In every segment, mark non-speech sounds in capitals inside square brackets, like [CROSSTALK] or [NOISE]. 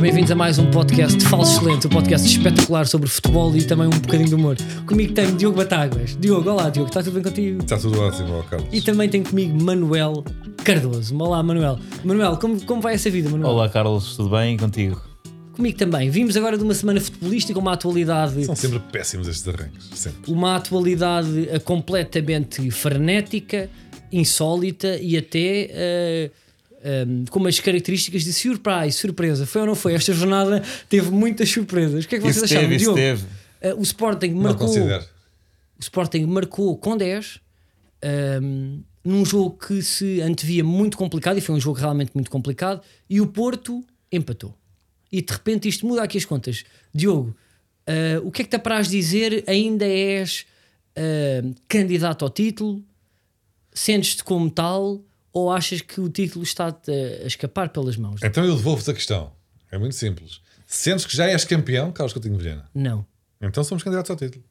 bem-vindos a mais um podcast de Falso Excelente, um podcast espetacular sobre futebol e também um bocadinho de humor. Comigo tenho Diogo Batáguas. Diogo, olá Diogo, está tudo bem contigo? Está tudo ótimo, ó Carlos. E também tenho comigo Manuel Cardoso. Olá Manuel. Manuel, como, como vai essa vida, Manuel? Olá Carlos, tudo bem contigo? Comigo também. Vimos agora de uma semana futebolística, uma atualidade São sempre péssimos estes arranques. Sempre. uma atualidade eh, completamente frenética, insólita e até eh, ehm, com umas características de surprise, surpresa. Foi ou não foi? Esta jornada teve muitas surpresas. O que é que vocês Isso acharam? teve, isso Diogo, teve. eh, o Sporting Não marcou, considero. o Sporting marcou com 10 ehm, num jogo que se antevia muito complicado e foi um jogo realmente muito complicado e o Porto empatou. E de repente isto muda aqui as contas. Diogo, eh, o que é que te apraz dizer? Ainda és ehm, candidato ao título? Sentes-te como tal? Ou achas que o título está-te a escapar pelas mãos? Então eu devolvo-vos a questão. É muito simples. Sentes que já és campeão, Carlos Coutinho Vilhena? Não. Então somos candidatos ao título.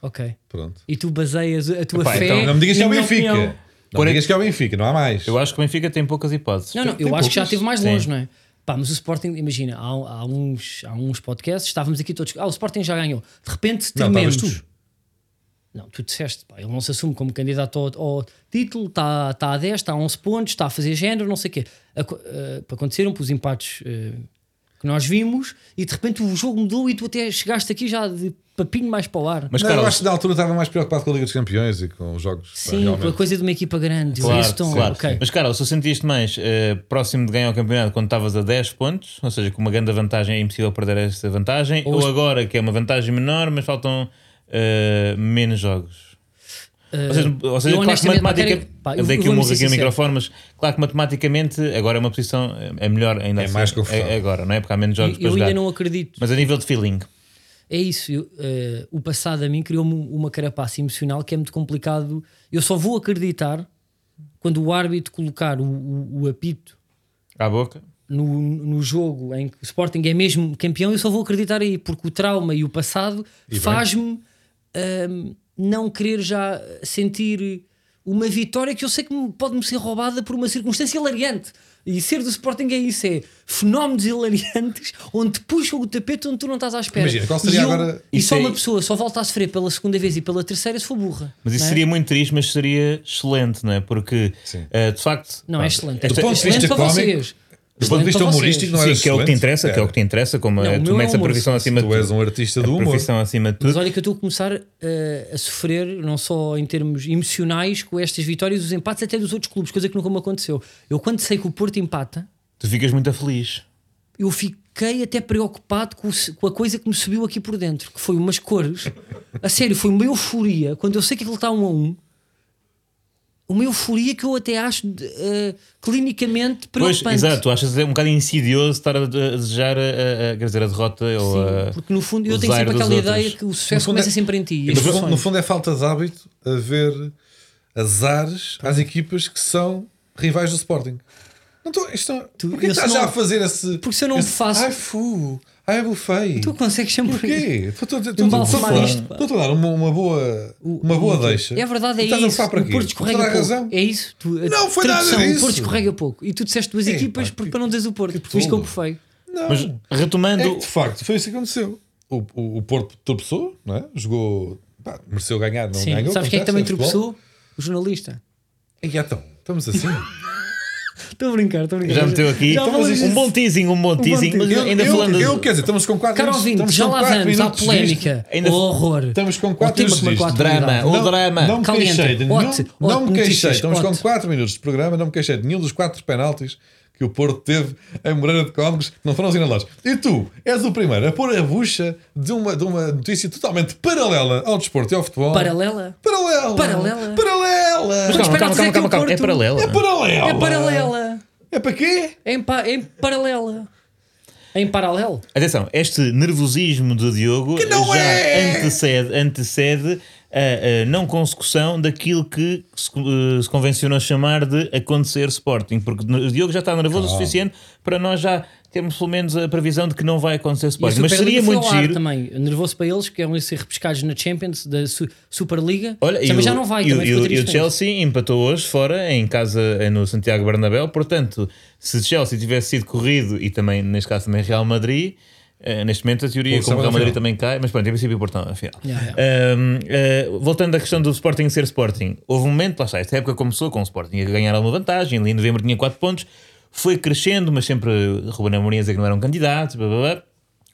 Ok. Pronto. E tu baseias a tua Epá, fé. então Não me digas que é o na minha Benfica. opinião. Não me digas que é o Benfica, não há mais. Eu acho que o Benfica tem poucas hipóteses. Não, não, eu Tem acho que já poucas. esteve mais Sim. longe, não é? Pá, mas o Sporting, imagina, há, há, uns, há uns podcasts, estávamos aqui todos, ah, o Sporting já ganhou. De repente Não, estavas trememos. tu. Não, tu disseste, pá, ele não se assume como candidato ao, ao título, está tá a 10, está a 11 pontos, está a fazer género, não sei o quê. Aco- eh, aconteceram os empates eh, que nós vimos e de repente o jogo mudou e tu até chegaste aqui já de papinho mais para o ar. Mas Não, eu acho Carlos, que na altura estava mais preocupado com a Liga dos Campeões e com os jogos. pá, Sim, realmente. a coisa de uma equipa grande, claro, isso tom, claro. ok. Mas Carlos, tu sentiste mais eh, próximo de ganhar o campeonato quando estavas a 10 pontos, ou seja, com uma grande vantagem é impossível perder esta vantagem, ou, os- agora que é uma vantagem menor, mas faltam eh, menos jogos. Ou seja, ou seja, Eh, eu claro que honestamente, matemática. matéria- pá, eu- eu dei aqui eu o vou-me murro aqui ser sincero. no microfone, mas claro que matematicamente agora é uma posição é melhor ainda É assim, mais confortável. é- é agora, não é? Porque há menos jogos Eu, para eu jogar. ainda não acredito. Mas a nível de feeling, É isso, eu, eh, o passado a mim criou-me uma carapaça emocional que é muito complicado. Eu só vou acreditar quando o árbitro colocar o, o- o apito à boca. no, no jogo em que o Sporting é mesmo campeão, eu só vou acreditar aí, porque o trauma e o passado E bem. faz-me ahm, não querer já sentir uma vitória que eu sei que me- pode-me ser roubada por uma circunstância hilariante. E ser do Sporting é isso, é fenómenos hilariantes onde te puxam o tapete onde tu não estás à espera. Imagina, qual seria e, eu- agora- e Isso só é- uma pessoa só volta a sofrer pela segunda vez e pela terceira se for burra. Mas isso não é? seria muito triste, mas seria excelente, não é? Porque, Sim. eh, de facto. Não, pá, é excelente. esta- Do ponto de excelente vista para cómico, vocês. Do ponto de vista Excelente para vocês. humorístico, não era Sim, que é o que te excelente? interessa, que é o que te interessa, como Não, eh, o meu tu é metes a humor. profissão acima de Tu és tudo. um artista A do humor. profissão acima de Mas tudo. olha que eu estou a começar eh, a sofrer, não só em termos emocionais, com estas vitórias, os empates até dos outros clubes, coisa que nunca me aconteceu. Eu, quando sei que o Porto empata, Tu ficas muito feliz. eu fiquei até preocupado com, o se- com a coisa que me subiu aqui por dentro, que foi umas cores. A sério, foi uma euforia. Quando eu sei que aquilo está um a um, uma euforia que eu até acho de- eh, clinicamente Pois, preocupante. exato, tu achas é um bocado insidioso estar a, a desejar a, a- a- quer dizer, a derrota ou Sim, a. porque no fundo eh, o eu tenho desaire sempre dos aquela ideia outros. que o sucesso fundo é- começa sempre em ti. e No as fundo, emoções. no fundo é falta de hábito haver azares às equipas que são rivais do Sporting. Não estou. Isto não, Tu- porquê eu estás se já não- a fazer esse. porque se eu não esse, faço- Ai, fu, ai, bufei. Tu consegues chamar [LAUGHS] Porquê? Estou Embalsamar a isto, pá. estou a dar uma, uma boa, uma boa deixa. É verdade, é Estás a isso. levar para o quê? Porto Estás a escorrega dar pouco. razão. É isso. Tu, a Não foi nada tradução, O disso. Porto escorrega pouco. E tu disseste duas Ei, equipas pá, porque que- para não dizeres o Porto. Tu viste tolo. como foi. Não. Mas retomando. É que, de facto, foi isso que aconteceu. O, o, o Porto tropeçou, não é? Jogou, pá, mereceu ganhar, não Sim. ganhou. Sabes quem é que também acontece, futebol. tropeçou? O jornalista. E então, estamos assim. Estou a brincar, estou a brincar. Já meteu aqui Já falamos um disso. bom teasing, um bom teasing, mas eu, ainda eu- falando. eu, quer dizer, estamos com 4 Caro ouvinte, já lá vamos à polémica. Ainda- o horror. Estamos com quatro O tema minutos que marcou a disto. Drama, atualidade. o drama. Não me Caliente. um queixei de nenhum, Hot, hot não me notícias, queixei. Estamos hot. com 4 minutos de programa, não me queixei de nenhum dos 4 penaltis que o Porto teve em Moreira de Códigos que não foram assinalados. E tu és o primeiro a pôr a bucha de uma, de uma notícia totalmente paralela ao desporto e ao futebol. Paralela. Paralela. Paralela. Paralela. Mas Calma, espera calma, dizer calma, que calma, o calma. É Porto- paralela. É paralela. É paralela. É para quê? É em, pa- é em paralela. É em paralelo. Atenção, este nervosismo do Diogo não já é! antecede, antecede a, a não consecução daquilo que se, eh, se convencionou chamar de acontecer Sporting, porque o Diogo já está nervoso o suficiente para nós já temos pelo menos a previsão de que não vai acontecer E a Sporting. Mas Superliga seria foi muito ao ar giro. também. Nervoso para eles que iam ser repescados na Champions da Su- Superliga. Olha, também e o, já não vai. e, o- também e, ficou o- e triste o com Chelsea empatou hoje fora, em casa eh, no Santiago Bernabéu. Portanto, se Chelsea tivesse sido corrido e também, neste caso, também Real Madrid. eh, neste momento a teoria Porto como também Real na Madrid final. também cai, mas pronto, em princípio o Portão, afinal. Yeah, Um, eh, voltando à questão do Sporting ser Sporting, houve um momento, lá está, esta época começou com o Sporting a ganhar alguma vantagem, ali em novembro tinha 4 pontos, foi crescendo, mas sempre Ruben Amorim a dizer que não eram candidatos, blá, blá, blá.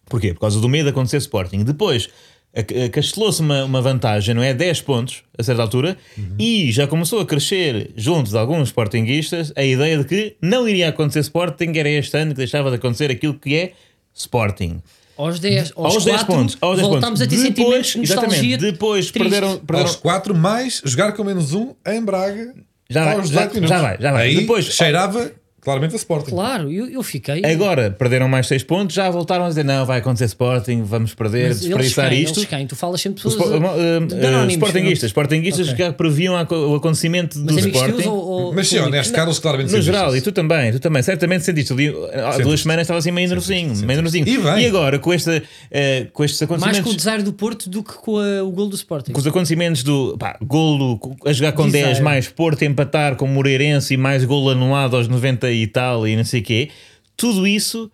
Porquê? Por causa do medo de acontecer Sporting. Depois, a- a- castelou-se uma, uma vantagem, não é? 10 pontos, a certa altura, e já começou a crescer, junto de alguns Sportinguistas, a ideia de que não iria acontecer Sporting, era este ano que deixava de acontecer aquilo que é Sporting Aos 10, aos, aos 10 4, pontos. Aos 10 voltamos a pontos. ter sentimentos de nostalgia. exatamente, depois triste. perderam, Aos perderam 4, mais jogar com menos um em Braga. Já vai, aos já- 18 minutos. já vai, já vai. Aí Depois- cheirava claramente a Sporting. Claro, eu, eu fiquei. agora perderam mais 6 pontos, já voltaram a dizer não, vai acontecer Sporting, vamos perder, Mas eles desperdiçar quem? isto. Eles quem? Tu falas sempre de Os pessoas. spo- eh, de eh, anónimos, sportinguistas, não? sportinguistas Ok. que previam a- o acontecimento Mas do amigos teus Sporting. ou- ou- é? Mas sim, ou- honesto, Carlos claramente No sentiste geral, e isso. tu também, tu também, certamente sentiste ali, há duas semanas estava assim meio nervosinho, meio nervosinho. E bem. E agora, com, esta, eh, com estes Mais com o acontecimentos, desaire do Porto do que com a- o gol do Sporting. com os acontecimentos do pá, golo co- a jogar com Desire. 10, mais Porto a empatar com o Moreirense e mais golo anulado aos 90 e tal e não sei o quê, tudo isso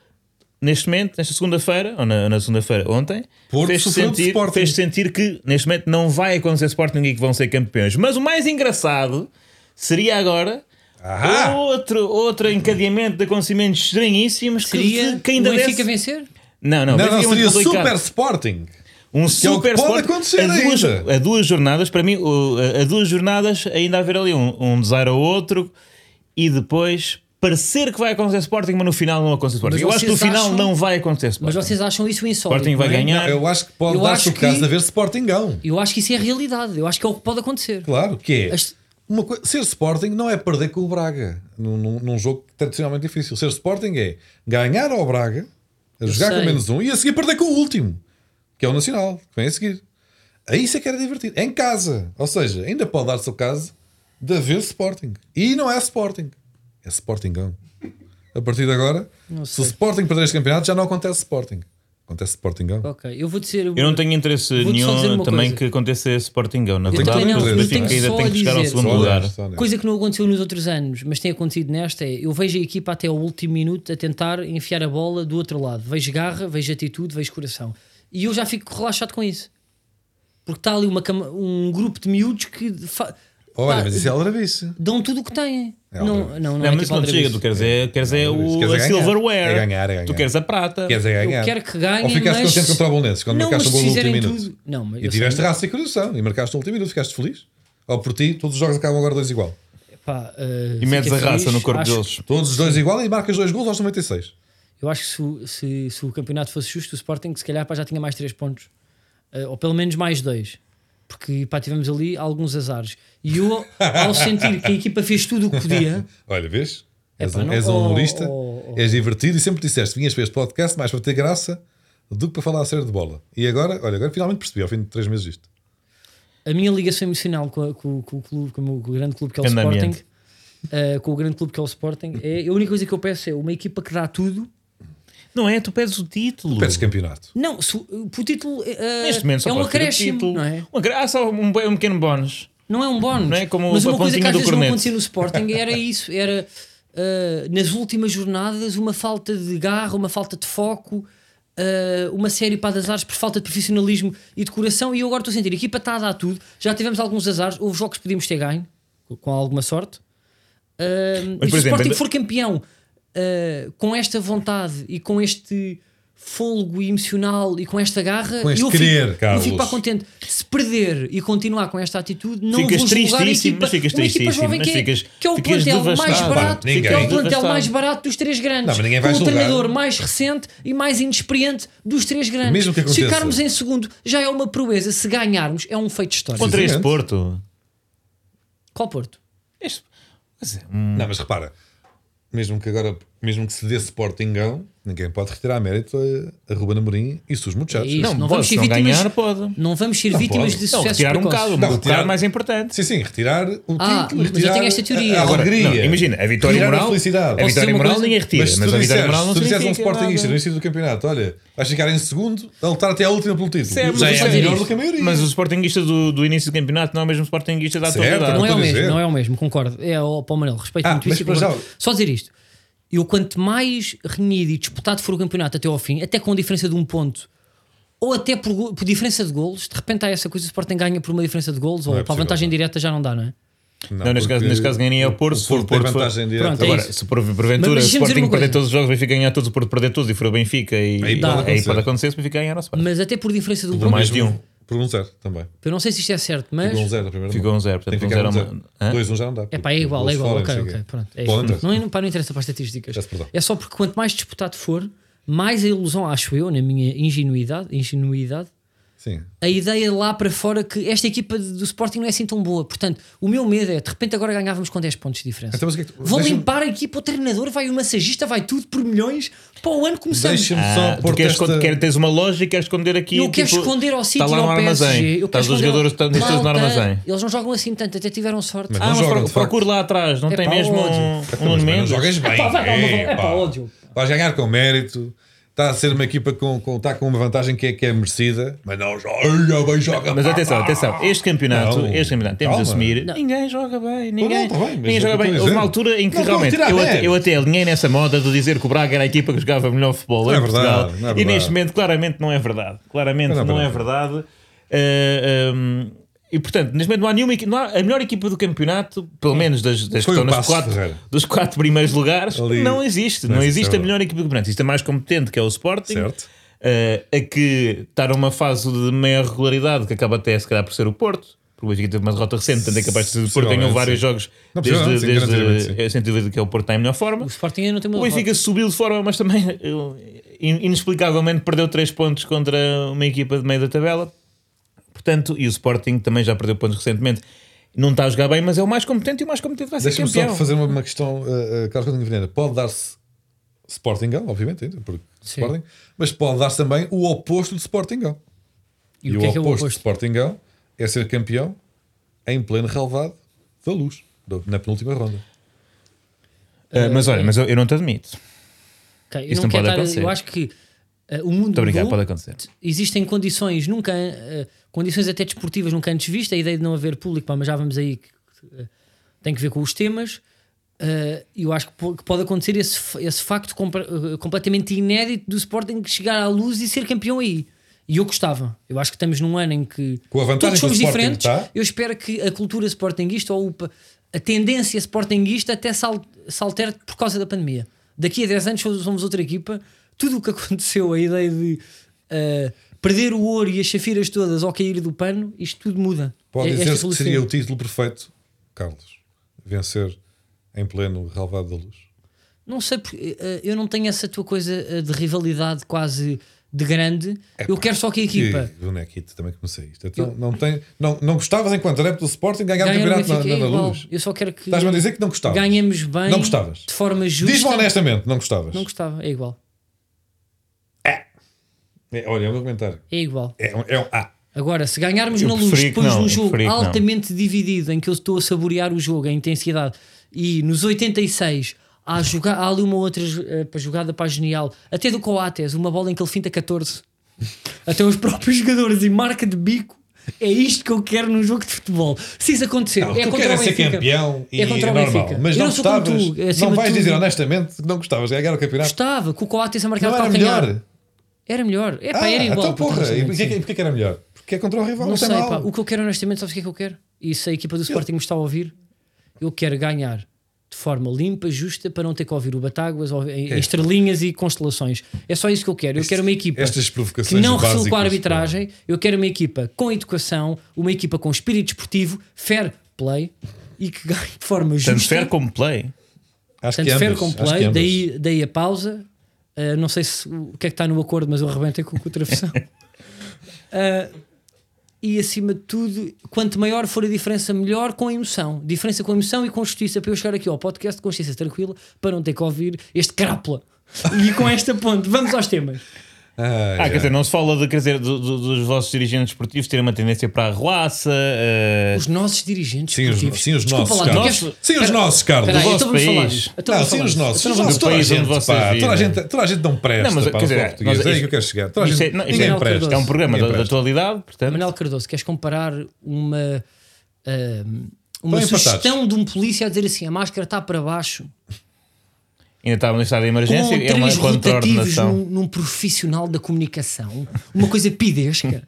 neste momento, nesta segunda-feira, ou na, na segunda-feira ontem, Porto fez-te sofreu de sentir, Sporting. fez sentir que neste momento não vai acontecer Sporting e que vão ser campeões. Mas o mais engraçado seria agora. Ahá! Outro, outro encadeamento de acontecimentos estranhíssimos que- Seria que, ainda o Benfica desse... vencer? Não, Não, não, não, Benfica é muito seria complicado. Super Sporting. Um é o super que pode Sporting. acontecer a duas, ainda. a duas jornadas, para mim, o- a, a duas jornadas ainda haver ali um, um desaire ao outro e depois parecer que vai acontecer Sporting, mas no final não acontece Sporting. Mas Eu acho que no vocês final acham- não vai acontecer Mas Sporting. vocês acham isso insólito? Sporting vai não é? ganhar. Eu acho que pode Eu dar-se acho o caso que- de haver Sportingão. Eu acho que isso é a realidade. Eu acho que é o que pode acontecer. Claro, que é. As- Uma coi- Ser Sporting não é perder com o Braga num, num- num jogo tradicionalmente difícil. Ser Sporting é ganhar ao Braga, a jogar sei. com menos um e a seguir perder com o último, que é o Nacional, que vem a seguir. Aí isso é que era divertido. Em casa. Ou seja, ainda pode dar-se o caso de haver Sporting. E não é Sporting. É Sportingão. A partir de agora, se o sei. Sporting perder este campeonato, já não acontece Sporting. Acontece Sportingão. Ok, eu vou dizer. Eu não tenho interesse Vou-te só dizer nenhum uma também coisa. que aconteça esse Sportingão. Na também verdade, não, o eu Benfica tenho ainda só tem que chegar ao dizer- segundo Só lugar. honesto, só honesto. Coisa que não aconteceu nos outros anos, mas tem acontecido nesta, é eu vejo a equipa até ao último minuto a tentar enfiar a bola do outro lado. Vejo garra, vejo atitude, vejo coração. E eu já fico relaxado com isso. Porque está ali uma cama- um grupo de miúdos que fa- Olha, pá, mas isso é aldrabice. dão tudo o que têm. É não, aldrabice. não, não, Não, é mas tipo isso não aldrabice. chega. Tu queres é, queres é o Queres é a ganhar. silverware. É ganhar, é ganhar. Tu queres a prata. Queres é ganhar. Eu quero que ganhem, Ou ficaste mas- contente contra o Bolonenses quando Não, mas marcaste o gol se no último fizerem minuto. tudo. Não, mas E eu tiveste sei. raça e coração e marcaste no último minuto, ficaste feliz. Ou por ti, todos os jogos acabam agora dois igual. Pá, uh, E fiquei medes a raça feliz. no corpo Acho- deles. Todos os dois igual e marcas dois gols aos 96. Eu acho que se, o- se- se o campeonato fosse justo, o Sporting se calhar pá, já tinha mais 3 pontos, Eh, ou pelo menos mais 2, porque pá, tivemos ali alguns azares. E eu, ao sentir que a equipa fez tudo o que podia, Olha, Epá, vês? És, um, não- és um oh, humorista, oh, oh. és divertido e sempre disseste: vinhas para este podcast mais para ter graça do que para falar a sério de bola. E agora, olha, agora finalmente percebi ao fim de três meses isto. a minha ligação emocional com, a- com- com o clube, com o grande clube que é o Grande Sporting, ambiente. eh, com o grande clube que é o Sporting, é a única coisa que eu peço é uma equipa que dá tudo. Não é? Tu pedes o Hum. título. Perdes campeonato. Não, se, o o título eh, Neste momento só é um pode ter o acréscimo, título. não é? Um acre- Há só um, be- um pequeno bónus. Não é um bónus. Não é como mas a uma coisa que pontinha às do vezes não cornete. acontecia no Sporting era isso: era ah, nas últimas jornadas uma falta de garra, uma falta de foco, ah, uma série para de azares por falta de profissionalismo e de coração. E eu agora estou a sentir: a equipa está a dar tudo. Já tivemos alguns azares, houve jogos que podíamos ter ganho, com- com alguma sorte. Ah, Mas, e por se o exemplo, Sporting ainda- for campeão ah, com esta vontade e com este fôlego emocional e com esta garra, Com este eu, querer, fico, eu Carlos. fico para contente. Se perder e continuar com esta atitude, não Ficas vou julgar a tristíssimo, equipa, mas ficas uma equipa tristíssimo, jovem mas que, é- ficas- que é o ficas plantel mais devastado. barato, Ninguém. que é o plantel Devastado. mais barato dos três grandes, Não, mas ninguém com vai o julgar. treinador mais recente e mais inexperiente dos três grandes. Mesmo que se aconteça. ficarmos em segundo, já é uma proeza. Se ganharmos, é um feito histórico. Contra este Precisamente. Porto. Qual Porto? Este- quer dizer, hum, Não, mas repara, mesmo que agora mesmo que se dê Sportingão, ninguém pode retirar mérito a, a Ruben Amorim e seus muchachos. É isso. Não, não pode, vamos ser se não vítimas- ganhar, pode. Não vamos ser Não vítimas pode. de Não, sucessos retirar um precoces. bocado, Não, um retirar- bocado mais importante. Sim, sim, retirar o título, Ah, mas eu retirar tenho esta teoria. a Agora, alegria. Não, imagina, a vitória Tirar a moral. felicidade. A Posso dizer vitória uma moral coisa? ninguém retira, Mas mas, se a tu vitória disseres, moral não se tu disseres a um significa Sportingista nada. no início do campeonato, olha, vais ficar em segundo a lutar até a última pelo título. Certo, Já mas é fazer melhor isto. do que a maioria. Mas o Sportingista do, do início do campeonato não é o mesmo Sportingista da Certo, atualidade. Não é o Ah, estou a mesmo, dizer. não é o mesmo, concordo. É o Paulo Manuel, respeito Ah, muito mas isso. e para já- concordo. Só dizer isto. Eu, quanto mais renhido e disputado for o campeonato até ao fim, até com diferença de um ponto, ou até por, go- por diferença de golos, de repente há essa coisa, o Sporting ganha por uma diferença de golos, ou é para a possível, vantagem não. direta já não dá, não é? Não, neste porque caso, neste caso ganharia o Porto. O se for Porto tem for- vantagem direta. Pronto, é Agora, Agora, isso. se por, porventura o Mas deixa-me dizer Sporting uma perder coisa. todos os jogos, o Benfica ganhar todos, o Porto perder todos e for o Benfica e Aí pode aí acontecer. pode acontecer, se o Benfica ganhar ao Sporting. Mas até por diferença de um Tudo ponto, mais de um. Por um zero também. eu não sei se isto é certo, mas. Ficou um zero na primeira Ficou mão. um zero, Tem portanto, que um ficar zero. um é uma- zero. Hã? Dois, um já não dá. É pá, é igual, é Golos igual, fora, ok, não sei o ok, quê. pronto. É Bom, isso. então. Não, é- não, pá, não interessa para as estatísticas. Peço perdão. É só porque quanto mais disputado for, mais a ilusão, acho eu, na minha ingenuidade, ingenuidade Sim. a ideia lá para fora que esta equipa de- do Sporting não é assim tão boa. Portanto, o meu medo é de repente agora ganhávamos com 10 pontos de diferença. Então, mas o que é que tu- Vou deixa-me- limpar a equipa, o treinador, vai o massagista, vai tudo por milhões para o ano começamos. Deixa-me Ah, só tu pôr queres, esconder- esta... queres- tens uma loja e queres esconder aqui. Eu quero tipo, esconder ao City Está e lá no ao PSG. armazém. Eu quero Estás esconder os ao- jogadores que estão estão no Malta, armazém. Eles não jogam assim tanto, até tiveram sorte. Não Ah, mas jogam, pro- de facto. procuro lá atrás, não É tem pá, mesmo ódio. Então, um um mas Nuno não Mendes? jogas bem. Epá, vai dar uma- Epá. epá, ódio. Vais ganhar com mérito. Está a ser uma equipa com, com, está com uma vantagem que é, que é merecida. Mas não joga. Olha, bem joga. Mas atenção, atenção, este campeonato, Não. este campeonato, temos Calma. de assumir, Não. ninguém joga bem, ninguém, tá bem, mas ninguém eu joga estou a bem. dizer. Houve uma altura em que Não vão realmente tirar eu até, méritos. eu até alinhei nessa moda de dizer que o Braga era a equipa que jogava melhor futebol Não em é verdade, Portugal, não é e verdade. neste momento claramente não é verdade, claramente Não não, é é verdade. Ah, hum, e portanto, neste momento não há nenhuma equi- não há- a melhor equipa do campeonato, pelo menos das, das que Hum. Foi o estão nas Paços quatro, Ferreira. dos quatro primeiros lugares, Ali. não existe. Não Não existe, existe é a verdade. melhor equipa do campeonato. Existe a mais competente que é o Sporting, Certo. eh, a que está numa fase de maior regularidade que acaba até se calhar por ser o Porto. Porque o Benfica teve uma derrota recente, tanto é capaz de ser o Porto ganhou Possivelmente, vários sim. jogos Não, desde, possivelmente, sim, desde garantidamente, sim. eu sinto dúvida que é o Porto está em melhor forma. Ah, O Sporting ainda não tem uma O Benfica subiu de forma, mas também eh, in- inexplicavelmente perdeu 3 pontos contra uma equipa de meio da tabela. Portanto, e o Sporting também já perdeu pontos recentemente. Não está a jogar bem, mas é o mais competente e o mais competente vai ser Deixa-me só campeão. fazer uma, uma questão, uh, uh, Carlos Coutinho de Vilhena. Pode dar-se Sportingão, obviamente, ainda, porque Sim. Sporting, mas pode dar-se também o oposto de Sportingão. E o que é que é o de oposto? Sportingão é ser campeão em pleno relevado da luz, do- na penúltima ronda. Eh, mas olha, mas eu, eu não te admito. Ok, eu Isso não não quero pode estar- acontecer. Eu acho que eh, o mundo Muito obrigado, mudou. pode acontecer. existem condições nunca eh, condições até desportivas nunca antes vistas a ideia de não haver público pá, mas já vamos aí que, eh, tem que ver com os temas Eh, eu acho que, po- que pode acontecer esse, fa- esse facto compra- eh, completamente inédito do Sporting chegar à luz e ser campeão aí e eu gostava eu acho que estamos num ano em que Com a todos vantagem somos que o Sporting tá, diferentes está. eu espero que a cultura sportinguista ou o pa- a tendência sportinguista até se al- se altere por causa da pandemia. Daqui a 10 anos somos somos outra equipa. Tudo o que [LAUGHS] aconteceu, a ideia de ah, perder o ouro e as chafiras todas ao cair do pano, isto tudo muda. Pode É- esta dizer-se que evolução. seria o título perfeito, Carlos, vencer em pleno relevado da luz. Não sei, porque ah, eu não tenho essa tua coisa ah, de rivalidade quase de grande. eu quero só que a equipa. E, bonequito, também comecei isto. Então, não, tem, não, não gostavas, enquanto adepto do Sporting, ganhar ganhe o no campeonato na, Benfica, é na, na igual. luz. Eu só quero que Estás-me a dizer que não gostavas. ganhemos bem Não gostavas. de forma justa. Diz-me honestamente, não gostavas. Não gostava, é igual. É, olha, é um comentário. É igual. É, um- é um A. Agora, se ganharmos Eu na luz preferi que depois não, num eu jogo preferi que não. altamente dividido em que eu estou a saborear o jogo, a intensidade, e nos 86 há, joga- há ali uma outra eh, pa- jogada para a genial, até do Coates, uma bola em que ele finta 14, [LAUGHS] até os próprios jogadores e marca de bico. É isto que eu quero num jogo de futebol. Se isso acontecer, Não, é tu contra o queres ser Benfica. campeão e é é, contra o normal. Benfica. Mas eu não não sou como gostavas. tu, é acima não vais de tudo. dizer honestamente que não gostavas de ganhar o campeonato. Gostava que o Coates a marcar Não de era calcanhar. melhor. Era melhor. É, pá, Ah, era igual. então porra. E honestamente, porquê, sim. que- porquê que era melhor? Porque é contra o rival. Não isto é sei, mau. pá, o que eu quero honestamente, sabes o que é que eu quero? E se a equipa do Sporting me está a ouvir, eu quero ganhar de forma limpa, justa, para não ter que ouvir o Batáguas, ou- em- em estrelinhas e constelações. É só isso que eu quero. Eu quero uma equipa estas que provocações não recua com a básicas, arbitragem, eu quero uma equipa com educação, uma equipa com espírito desportivo, fair play e que ganhe de forma justa. Tanto fair como play. Acho que Tanto fair ambas, como acho que play, ambas. daí, daí a pausa. Uh, [LAUGHS] não sei se, o que é que está no acordo, mas eu arrebentei com, com o travessão. Uh, e, acima de tudo, quanto maior for a diferença, melhor com emoção. Diferença com emoção e com justiça para eu chegar aqui ao podcast de consciência tranquila para não ter que ouvir este crápula. [LAUGHS] E com esta ponte, vamos aos temas. Ah, Ah, já. quer dizer, não se fala de, quer dizer, do- do- dos vossos dirigentes esportivos terem uma tendência para a arruaça. eh, Os nossos dirigentes. Sim, os, esportivos. sim, os Desculpa nossos, lá, tu Carlos. queres- Sim, os nossos, Carlos. Espera aí, vosso então vamos falar país. disso. Então Não, vamos sim, falar os disso. nossos. Então Os vamos nossos, falar toda a país gente, onde vocês pá, toda a vivem. gente, toda a gente não presta Não, mas, para quer o dizer, português. nós- é aí isto- que eu quero chegar. Toda a isto é, gente, não, isto ninguém é um presta. Pois, isto é um programa ninguém da, da presta. atualidade, portanto. Manuel Cardoso, queres comparar uma, ahm, uma Estão sugestão de um polícia a dizer assim: a máscara está para baixo, Ainda estava no estado de com emergência, é uma três rotativos contraordenação. num, num profissional da comunicação, uma coisa pidesca.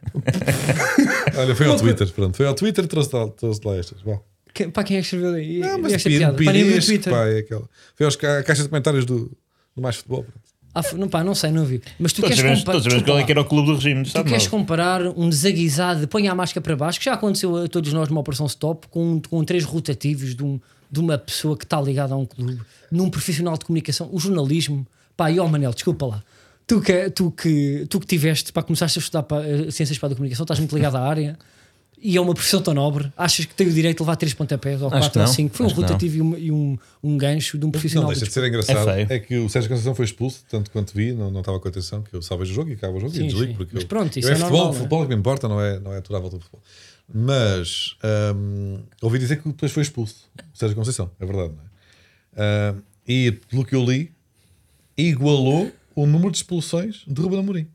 Olha, foi ao Twitter, pronto. Foi ao Twitter e trouxe lá, trouxe lá estas. Bom. [LAUGHS] Que- para quem é que escreveu aí Não, mas esta pi- piada? Para nem abrir o piresco, Twitter. pá, é aquela. Foi aos ca- à caixa de comentários do, do Mais Futebol. pronto. Ah, f- não, pá, não sei, não vi. Mas tu Todos queres sabemos, comparar. todos sabemos desculpa qual é lá. que era o clube do regime do Tu Estado queres Novo. comparar um desaguisado de põe a máscara para baixo, que já aconteceu a todos nós numa operação stop, com, com três rotativos de, um- de uma pessoa que está ligada a um clube, num profissional de comunicação, o jornalismo. Pá, e ó Manel, desculpa lá. Tu que, tu que, tu que tiveste, pá, começaste a estudar pá, eh, ciências para a comunicação, estás muito ligado à área e é uma profissão tão nobre. Achas que tem o direito de levar três pontapés ou Acho que quatro ou não, cinco? Foi um acho que não. rotativo e, um, e um, um gancho de um Não profissional. deixa do de ser engraçado. É É, feio. que o Sérgio Conceição foi expulso, tanto quanto vi, não, não estava com atenção, que eu salvei o jogo e acaba o jogo Sim, e desligo. sim. Porque Mas eu- pronto, eu isso é, é futebol, normal, não é? futebol é que me importa, não é, não é toda a volta do futebol. Mas hum, ouvi dizer que depois foi expulso o Sérgio Conceição, é verdade, não é? Hum, e pelo que eu li, igualou o número de expulsões de Ruben Amorim. Não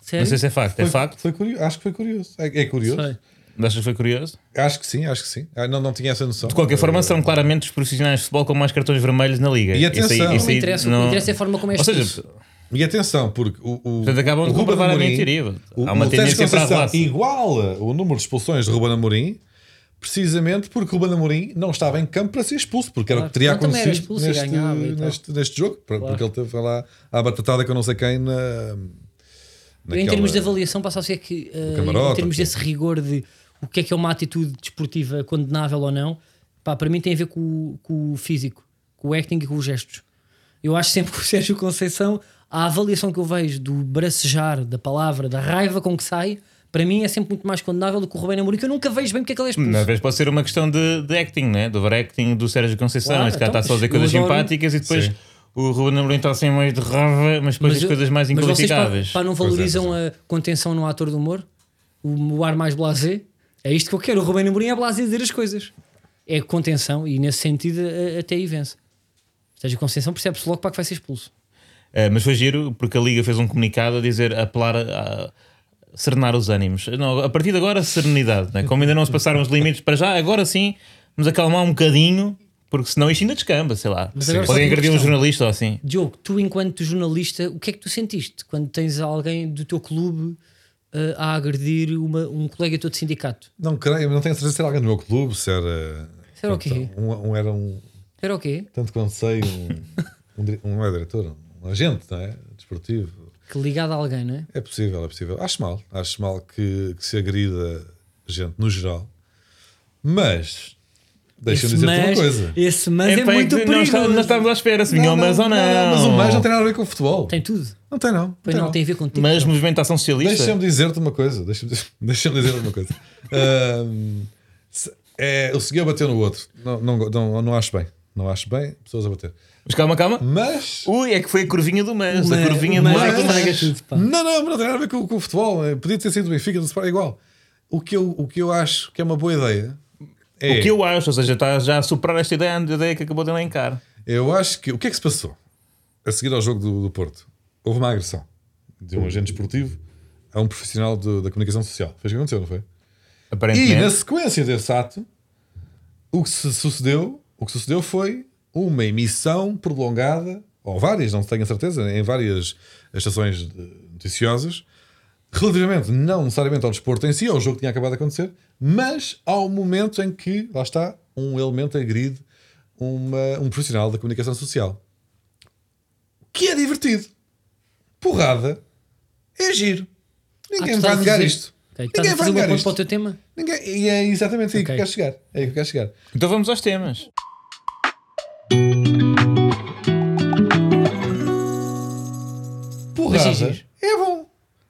Sério? sei se é facto. É Foi- facto? Foi curioso, acho que foi curioso. É, é curioso? Sei. Achas que foi curioso? Acho que sim, acho que sim. Ah, Não, não tinha essa noção. De qualquer forma, são claramente os profissionais de futebol com mais cartões vermelhos na liga. E atenção. Não Não me interessa, o que me interessa é a forma como é Ou seja, expulso. E atenção, porque o. o Portanto, acabam de o Ruben comprovar a Amorim- minha teoria. o- Há uma o Sérgio tendência para a Conceição raça. Iguala o número de expulsões de Ruben Amorim, precisamente porque o Ruben Amorim não estava em campo para ser expulso, porque era o Claro. que teria Não, também era acontecido expulso e neste, ganhava e tal. neste, neste jogo, por- porque ele teve lá a batatada com não sei quem na. Em naquela- termos de avaliação, passa a ser que, eh, camarote, em termos ok. desse rigor de o que é que é uma atitude desportiva condenável ou não, pá, para mim tem a ver com, o- com o físico, com o acting e com os gestos. Eu acho sempre que o Sérgio Conceição, a avaliação que eu vejo do bracejar, da palavra, da raiva com que sai, para mim é sempre muito mais condenável do que o Rubén Amorim, que eu nunca vejo bem porque é que ele é expulso. Às vezes pode ser uma questão de, de acting, né? do overacting do Sérgio Conceição. Claro, este cara então, está só a dizer eu coisas adoro- simpáticas e depois Sim. o Ruben Amorim está assim meio de raiva, mas depois Mas diz eu- coisas mais mas vocês, pá, inqualificáveis. pá, não Pois é, valorizam a contenção no ator do humor? O, o ar mais blasé? É isto que eu quero. O Rubén Amorim é blasé dizer as coisas. É contenção e nesse sentido a- até aí vence. Ou seja, a Conceição percebe-se logo para que vai ser expulso. É, mas foi giro porque a Liga fez um comunicado a dizer apelar a, a serenar os ânimos. Não, a partir de agora, serenidade. Né? Como ainda não se passaram os limites para já, agora sim vamos acalmar um bocadinho, porque senão isto ainda descamba, sei lá. Mas agora só Podem tem uma agredir um questão. jornalista ou assim. Diogo, tu enquanto jornalista, o que é que tu sentiste quando tens alguém do teu clube eh, a agredir uma- um colega teu de sindicato? Não creio, não tenho certeza se era alguém do meu clube, se era. Se era o quê? Um, um era um. Era o quê? Tanto quanto sei, [LAUGHS] um. um, dire- um não é diretor, um agente, não é? Desportivo. Que ligado a alguém, não é? É possível, é possível. Acho mal. Acho mal que, que se agrida gente no geral. Mas, deixa-me dizer-te uma mas- coisa. Esse mas é, Epá, é muito que não, está- perigoso. não estávamos à espera se vinha um mas ou não. mas o mas não tem nada a ver com o futebol. Tem tudo. Não tem, não. Pois não, tem a ver contigo. Mas movimentação socialista. Deixa-me dizer-te uma coisa. [LAUGHS] Deixa-me deixa dizer-te uma coisa. Ahm, se- é, o senhor bateu no outro. Não, não, não, não acho bem. Não acho bem pessoas a bater. Mas calma, calma. Mas. Ui, é que foi a curvinha do mas. Mas- a curvinha mas- do mas é que mas- estraga tudo, pá. Não, não, não tem nada a ver com, com o futebol. Eh, Podia ter sido do Benfica, do Sport, é igual. O que, eu, o que eu acho que é uma boa ideia é. O que eu acho, ou seja, está já a superar esta ideia, a ideia que acabou de elencar. Eu acho que. O que é que se passou a seguir ao jogo do, do Porto? Houve uma agressão de um agente esportivo a um profissional de- da comunicação social. Foi isso que aconteceu, não foi? E Aparentemente. na sequência desse ato, o que se sucedeu, o que sucedeu foi uma emissão prolongada, ou várias, não tenho a certeza, em várias estações de- noticiosas, relativamente, não necessariamente ao desporto em si, ao jogo que tinha acabado de acontecer, mas ao momento em que, lá está, um elemento agride uma- um profissional da comunicação social. Que é divertido. Porrada é giro. Ah, Ninguém tu me vai estás a negar fazer- isto. Ok, estás Ninguém a vai fazer um negar aponto isto. para o teu tema? Ninguém- e é exatamente aí que Ok. eu quero chegar. É aí que eu quero chegar. Então vamos aos temas. Mas é Porrada. giro. É bom.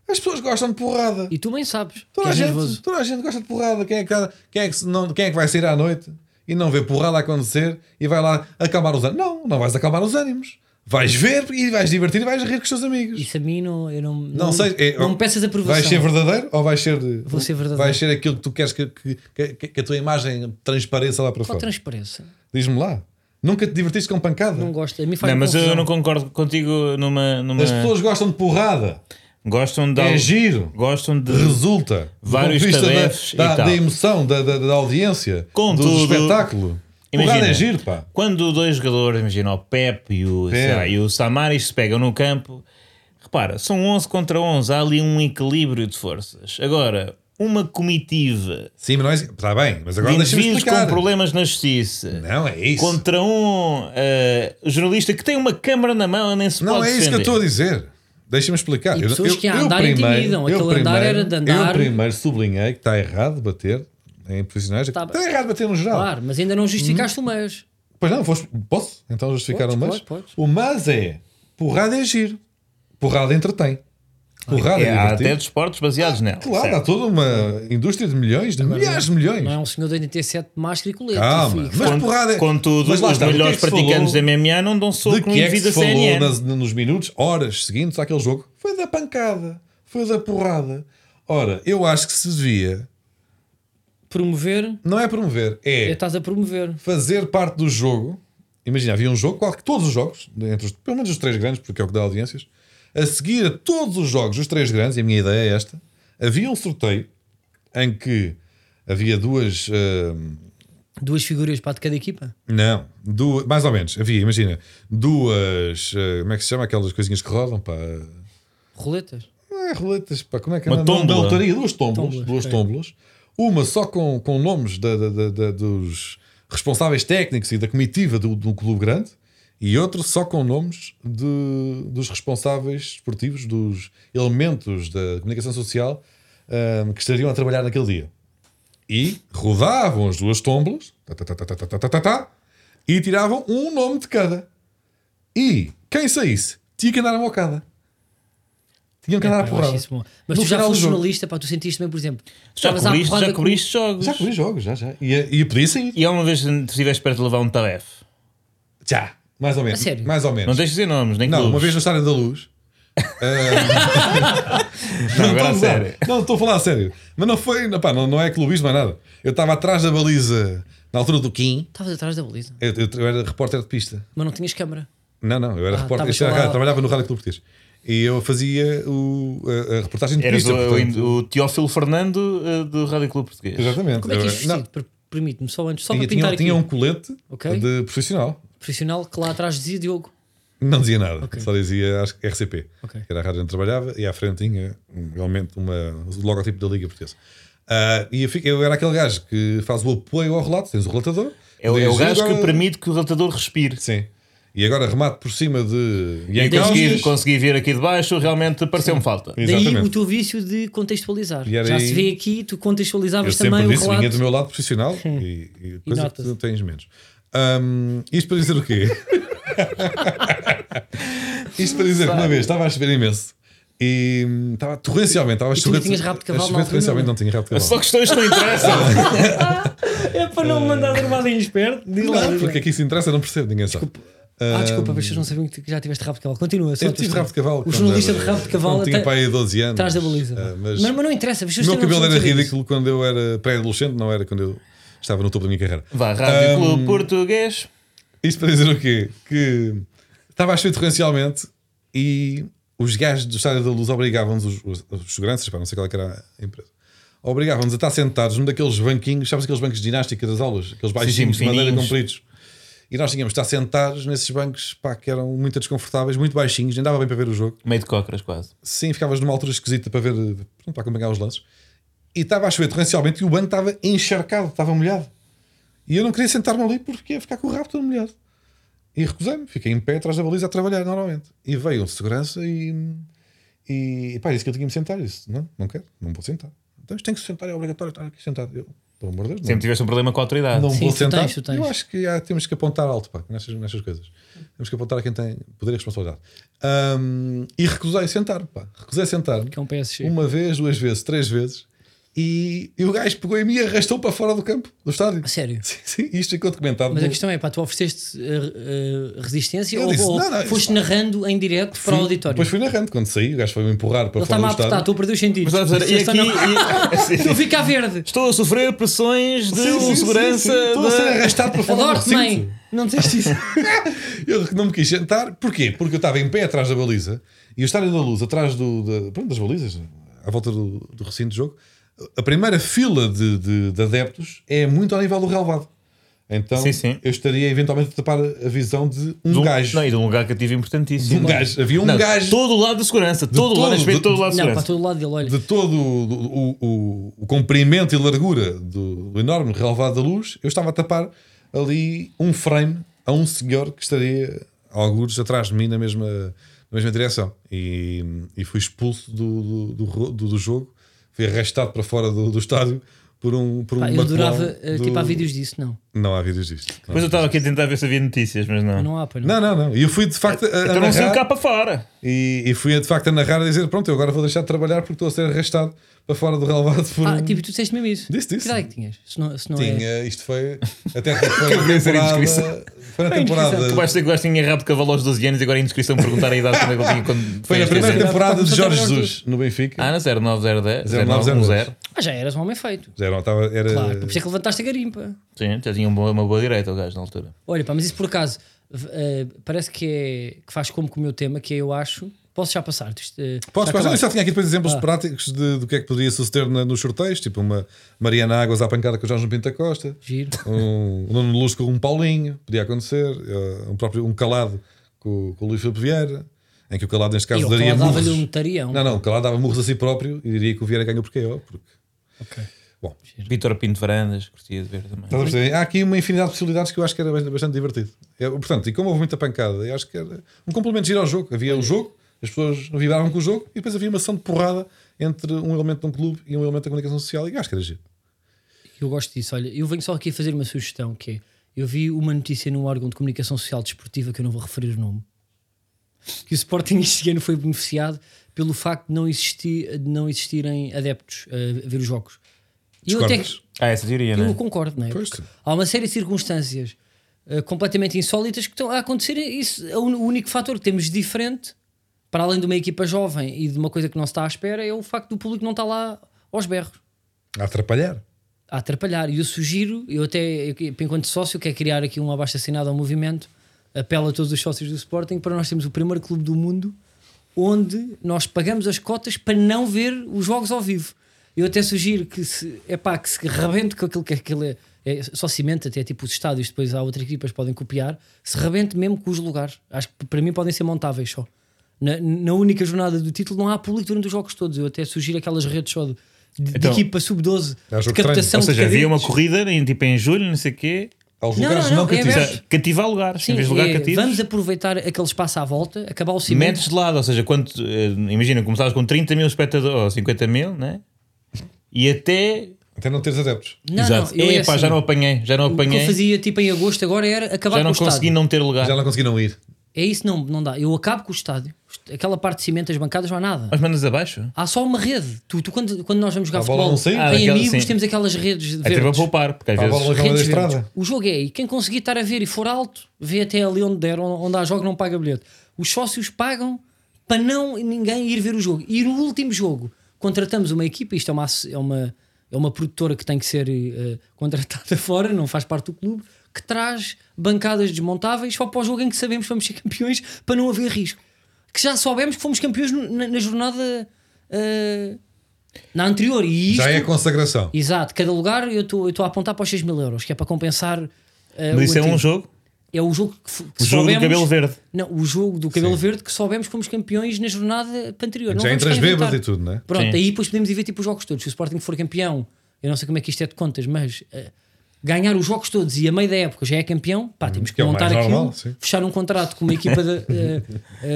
As pessoas gostam de porrada. E tu bem sabes Toda, que a és gente, nervoso. toda a gente gosta de porrada. Quem é, que, quem, é que, se não, quem é que vai sair à noite e não vê porrada acontecer e vai lá acalmar os ânimos? Não, não vais acalmar os ânimos. Vais ver e vais divertir e vais rir com os teus amigos. Isso a mim não. Eu não, Não, sei. é, não me peças aprovação. Vais ser verdadeiro ou vais ser. Vou ser verdadeiro. Vais ser aquilo que tu queres que, que, que- que a tua imagem transpareça lá para Qual fora. transparência? Diz-me lá. Nunca te divertiste com pancada? Não gosto. A mim faz Não, mas eu confusão. não concordo contigo numa. numa... As pessoas gostam de porrada. gostam de. É algo- giro. Gostam de. Resulta. Do um Vários ponto de vista da- tabefes e da, tal. da emoção, da, da, da audiência, do Contudo, espetáculo. Porrada imagina. é giro, pá. Quando dois jogadores, imagina o Pep e o, sei Pep. lá, e o Samaris se pegam no campo, repara, são 11 contra 11, há ali um equilíbrio de forças. Agora, uma comitiva Sim, mas não é. Está bem, mas agora de deixa-me indivíduos explicar. com problemas na justiça Não, é isso. contra um eh, jornalista que tem uma câmara na mão e nem se Não pode é isso que eu defender. estou a dizer. Deixa-me explicar. E Eu- pessoas eu, que a eu andar primeiro- intimidam. eu Aquele andar primeiro- era de andar- Eu primeiro sublinhei que está errado bater em profissionais. Tá Está, bem. errado bater no geral. Claro, mas ainda não justificaste Hum? o mês. Pois não, vou- posso então justificar Podes, o mas? pode, podes. O mas é porrada é giro, porrada entretém, porrada É, é, há divertido. Ah, até desportos baseados nela. Claro, certo? há toda uma indústria de milhões, de milhares de milhões. Não é um senhor de 87 de máscara e colete. Calma, E- mas porrada é... Contudo, mas lá os está, do que é melhores que se praticantes da falou- MMA não dão soco De no que é que indivíduo se da falou CNN. nas- nos minutos, horas seguintes àquele jogo? Foi da pancada, foi da porrada. Ora, eu acho que se devia, Promover, não é promover, é, é estás a promover. fazer parte do jogo. Imagina, havia um jogo, qual- todos os jogos, entre os- pelo menos os três grandes, porque é o que dá audiências, a seguir a todos os jogos, os três grandes, e a minha ideia é esta, havia um sorteio em que havia duas. ah, Duas figuras para de cada equipa. Não, du- mais ou menos. Havia, imagina, duas. eh, como é que se chama aquelas coisinhas que rodam? Pá? Roletas. Não é roletas, pá, como é que é? Uma Não, não, da tómbola. lotaria, duas tómbolas. Tómbolas, duas é. tómbolas. Uma só com, com nomes da- da- da- da- dos responsáveis técnicos e da comitiva do, do clube grande e outra só com nomes de- dos responsáveis esportivos, dos elementos da comunicação social eh, que estariam a trabalhar naquele dia e rodavam as duas tómbolas tá, tá, tá, tá, tá, tá, tá, tá, tá, e tiravam um nome de cada. E quem saísse tinha que andar a mocada. Tinham que andar a É, Pá, eu acho porrada. isso bom. Mas No tu já final do foste jogo. jornalista, pá, tu sentiste bem, por exemplo. Já estavas à cobriste, porrada já com- cobriste jogos. Já cobri jogos, já, já. E, e podia sair. E alguma vez estiveste perto de levar um tarefe? Já. Mais ou menos. A sério? Mais ou menos. Não tens de dizer nomes, nem Não, clubes. uma vez no Estádio da Luz. Não, agora estou a a gozar. sério. Não, estou a falar a sério. Mas não foi, não, pá, não, não é clubismo, não é nada. Eu estava atrás da baliza, na altura do Kim. Estavas atrás da baliza, Eu- eu- eu era repórter de pista. mas não tinhas câmara. Não, não, eu era Ah, repórter. estavas Isto era lá- rádio, trabalhava no Rádio Clube Português. E eu fazia o, a, a reportagem de Eras pista. o, portanto- o Teófilo Fernando eh, do Rádio Clube Português. Exatamente. Como é que Eu- isto se Eh, não, decide? Per- Permite-me só antes, só tinha, para pintar aqui. tinha, tinha um colete Ok. de profissional. profissional que lá atrás dizia Diogo. Não dizia nada, Ok. só dizia acho que RCP, Ok. que era a rádio onde trabalhava, e à frente tinha um, realmente uma, o logotipo da Liga Portuguesa. Ah, e eu, fico- eu era aquele gajo que faz o apoio ao relato, tens o relatador. É, o- é o dizes, gajo que agora- permite que o relatador respire. Sim. E agora remate por cima de. E Ian consegui, Costas. consegui ver aqui de baixo, realmente pareceu-me falta. Daí Exatamente. o teu vício de contextualizar. E era Já aí- se vê aqui, tu Eu contextualizavas também sempre o disse, relato. vinha do meu lado profissional e, e coisa que nota-se. tu tens menos. Ahm, isto para dizer [LAUGHS] o quê? isto para dizer que uma vez estava a chover imenso e hum, estava torrencialmente, estava a E tu chover. não tinhas rabo de cavalo a na chover altura, torrencialmente, não é? não tinha rabo de Só cavalo. questões que não interessam. É para não me mandar armado em esperto. Diz lá, Não, diz lá. porque aqui se interessa, não percebo, ninguém sabe. Ah, desculpa, mas vocês não sabiam que tu- que já tiveste rabo de cavalo. Continua. só Eu a tua tive rabo de história. cavalo. O quando jornalista de era- rabo de cavalo quando Tinha até- pai aí 12 anos. atrás da baliza. Ah, mas, mas mas não interessa. vocês o meu têm noção cabelo era de saber ridículo quando eu era pré-adolescente, não era quando eu estava no topo da minha carreira. Vá, Rádio Ahm, Clube Português. Isto para dizer o quê? Que estava a chover torrencialmente e os gajos do Estádio da Luz obrigavam-nos, os, os, os seguranças, pá, não sei qual é que era a empresa, obrigavam-nos a estar sentados num daqueles banquinhos, sabes aqueles bancos de ginástica das aulas, aqueles baixinhos de madeira fininhos. compridos. E nós tínhamos de estar sentados nesses bancos pá, que eram muito desconfortáveis, muito baixinhos, nem dava bem para ver o jogo. Meio de cócoras, quase. Sim, ficavas numa altura esquisita para ver, pronto, para acompanhar os lances. E estava a chover torrencialmente e o banco estava encharcado, estava molhado. E eu não queria sentar-me ali porque ia ficar com o rabo todo molhado. E recusei-me, fiquei em pé atrás da baliza a trabalhar normalmente. E veio um segurança e. E pá, disse que eu tinha que me sentar. Eu disse: Não, não quero, não vou sentar. Então isto tem que se sentar, é obrigatório estar aqui sentado. Eu, pelo amor de Deus. Sempre tiveste um problema com a autoridade. Não Sim, vou tu sentar. tens, tu tens. Eu acho que há- temos que apontar alto pá, nestas, nestas coisas. Temos que apontar a quem tem poder e responsabilidade. Ahm, e recusei sentar, pá. Recusei sentar. Que é um PSG. Uma vez, duas vezes, três vezes. E, e o gajo pegou em mim e arrastou para fora do campo, do estádio. A sério? [LAUGHS] Sim, sim. Isto ficou documentado. Mas a no- questão é, pá, tu ofereceste eh, eh, resistência Eu ou, disse, ou não, não, foste isso- narrando em direto para o auditório? Depois fui narrando. Quando saí, o gajo foi-me empurrar para Ele fora está-me do a estádio. apertar, estou a perder os sentidos. Mas, olha, e Ele está aqui, na- [LAUGHS] e- assim, Ele fica a verde. estou a sofrer pressões do Sim, sim, sim, segurança. sim. Estou a ser da- arrastado para fora do Adoro-te, recinto. mãe. Não disseste isso. Eu não me quis sentar, porquê? Porque eu estava em pé atrás da baliza e o estádio da luz, atrás do, da- pronto, das balizas, à volta do, do recinto de jogo, a primeira fila de, de- de adeptos é muito ao nível do relevado. Então Sim, sim. eu estaria eventualmente a tapar a visão de um, de um- gajo. Não, e de um lugar que eu tive importantíssimo. de um gajo. Havia um Não, gajo Todo o lado da segurança. Todo o todo, lado, respeito de- todo o lado da Não, para segurança. todo lado dele, olha. de todo o, o- o- o comprimento e largura do, do enorme relevado da luz, eu estava a tapar ali um frame a um senhor que estaria alguns atrás de mim na mesma, na mesma direção. E, e fui expulso do, do, do ro- do- do jogo, fui arrastado para fora do, do estádio por um por um Pá, eu maculão adorava, eh, do- tipo, há vídeos disso, não. Não há vídeos disto. Não há Depois eu estava aqui a tentar ver se havia notícias, mas não. Não há, pá, não. Não, não, não. E eu fui de facto a, a Então não sei o narrar- cá para fora. e, e fui de facto a narrar a dizer: Pronto, eu agora vou deixar de trabalhar porque estou a ser arrastado para fora do relevado por Ah, um- tipo, tu disseste mesmo isso. Disse, disse. Que idade é que tinhas? Se não, se não é... Tinha, isto foi. [LAUGHS] Até que foi na devia ser temporada. indiscrição. Foi É na Tu temporada. vais ter que gostinho tinha rabo de cavalo aos 12 anos e agora a inscrição perguntar a idade quando é que eu tinha. Quando Foi na fez primeira 13. temporada de Estamos Jorge a falar Jesus no Benfica. Ah, na 0910. 0909. 0910. Ah, já eras um homem feito. Já não estava. Era. Claro, por isso é que levantaste a garimpa. Sim, já tinha um bom- uma boa direita o gajo na altura. Olha, pá, mas isso por acaso v- eh, parece que é que faz como com o meu tema, que é eu acho. Posso já passar? Isto, eh, Posso já passar? Eu acabaste? só tinha aqui depois exemplos Ah. práticos de, do que é que poderia suceder na- nos sorteios, tipo uma Mariana Águas à pancada com o Jorge Pinta Costa, [LAUGHS] Giro. [LAUGHS] um Nuno Luz com um Paulinho, podia acontecer, eh, um próprio um Calado com, com o Luís Filipe Vieira, em que o Calado neste E caso eu daria dava-lhe um murros. tarião. Não, não, o Calado dava murros a si próprio e diria que o Vieira ganha porque é, ó, porque Ok. Vítor Pinto Varandas, curtia de ver também. Estás a perceber? Há aqui uma infinidade de possibilidades que eu acho que era bastante bastante divertido. É, portanto, e como houve muita pancada, eu acho que era um complemento giro ao jogo. Havia o jogo, as pessoas vibravam com o jogo e depois havia uma ação de porrada entre um elemento de um clube e um elemento da comunicação social. E eu acho que era giro. Eu gosto disso. Olha, eu venho só aqui fazer uma sugestão que é: eu vi uma notícia num órgão de comunicação social desportiva que eu não vou referir o nome, que o Sporting [LAUGHS] este ano foi beneficiado pelo facto de não, existir, de não existirem adeptos a ver os jogos. E eu até Discordas? Ah, essa teoria, eu né? concordo, não é? Pois, Porque sim. Há uma série de circunstâncias eh, completamente insólitas que estão a acontecer. e Isso é o un- o único fator que temos de diferente, para além de uma equipa jovem e de uma coisa que não se está à espera, é o facto do público não estar lá aos berros A atrapalhar. a atrapalhar. E eu sugiro, eu até, eu, enquanto sócio, quero criar aqui um abaixo assinado ao movimento, apelo a todos os sócios do Sporting para nós termos o primeiro clube do mundo onde nós pagamos as cotas para não ver os jogos ao vivo. Eu até sugiro que se, epá, que se rebente com aquilo que aquilo é, é só cimento, até tipo os estádios, depois há outras equipas que podem copiar, se rebente mesmo com os lugares. Acho que para mim podem ser montáveis só. Na, na única jornada do título não há público durante os jogos todos. Eu até sugiro aquelas redes só de, de Então, equipa sub-12 É há de jogo de treino. captação um Ou de seja, havia uma cadetes. corrida em, tipo em julho, não sei o quê. Aos Não, lugares não, não, não, é cativos. verdade. Ou seja, cativar lugares. Sim, em vez de lugar é, cativos. vamos aproveitar aquele espaço à volta, acabar o E cimento. metes de lado, ou seja, quando, eh, imagina, começavas com 30 mil espectadores, ou 50 mil, né? E até. Até não teres adeptos. Não, Exato. não, eu é Epá, assim, já não apanhei, já não o que eu apanhei. fazia tipo em agosto agora era acabar Já com não o estádio. consegui não ter lugar. Já não conseguiram ir. É isso, não, não dá. Eu acabo com o estádio. Aquela parte de cimento, as bancadas, não há nada. Mas mandas abaixo? Há só uma rede. Tu, tu quando, quando nós vamos jogar A bola futebol, não saiu? em Ah, aquela- amigos, sim. temos aquelas redes É tipo a verdes. poupar, porque às Há a vezes. bola na da Redes verdes. estrada. O jogo é aí. Quem conseguir estar a ver e for alto, vê até ali onde der, onde onde há jogo, não paga bilhete. Os sócios pagam para não ninguém ir ver o jogo. E no último jogo, contratamos uma equipa, isto é uma, ass- é uma, é uma produtora que tem que ser eh, contratada [LAUGHS] fora, não faz parte do clube, que traz bancadas desmontáveis só para o jogo em que sabemos que vamos ser campeões para não haver risco. Que já soubemos que fomos campeões no- na, na jornada. eh, na anterior, e isto Já é a consagração. Exato, cada lugar eu estou a apontar para os 6 mil euros, que é para compensar. uh, o Mas isso é antigo. um jogo. É o jogo que, f- que O jogo do soubemos- cabelo verde. Não, o jogo do cabelo verde que soubemos que fomos campeões na jornada anterior. Não Já é vamos entras cá inventar. bêbado e tudo, né? Pronto, Sim. aí depois podemos ir ver tipo os jogos todos. Se o Sporting for campeão, eu não sei como é que isto é de contas, mas eh, ganhar os jogos todos e a meio da época já é campeão, pá, temos que, que é o montar mais aquilo, normal, sim. fechar um [LAUGHS] contrato com uma equipa, de, eh,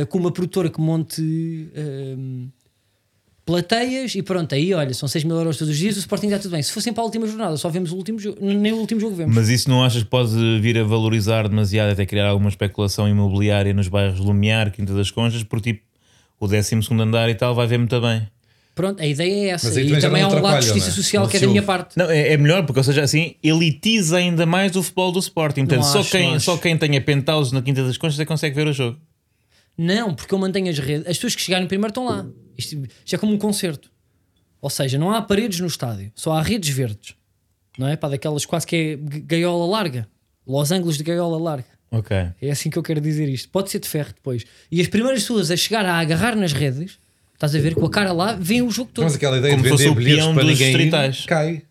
eh, com uma produtora que monte. eh, plateias e pronto, aí olha, são 6 mil euros todos os dias, o Sporting está tudo bem. Se fossem para a última jornada, só vemos o último jogo, nem o último jogo vemos. Mas isso não achas que pode vir a valorizar demasiado, até criar alguma especulação imobiliária nos bairros Lumiar, Quinta das Conchas, porque tipo, o 12 andar e tal vai ver muito bem. Pronto, a ideia é essa. Mas aí E também já também não há um lado atrapalha, de justiça não é? social Não que é se da minha ouve. parte. Não, é, é melhor, porque ou seja, assim elitiza ainda mais o futebol do Sporting. Portanto, Não só, acho, não quem, acho. só quem tenha penthouse na Quinta das Conchas é que consegue ver o jogo. Não, porque eu mantenho as redes. As pessoas que chegarem primeiro estão lá. Isto, isto é como um concerto. Ou seja, não há paredes no estádio, só há redes verdes. Não é? Para daquelas quase que é g- gaiola larga. Los ângulos de gaiola larga. Ok. É assim que eu quero dizer isto. Pode ser de ferro depois. E as primeiras pessoas a chegar a agarrar nas redes, estás a ver, com a cara lá, vêem o jogo todo. Mas aquela ideia Como de fosse vender o bilhetes peão para dos ninguém ir, distritais. cai.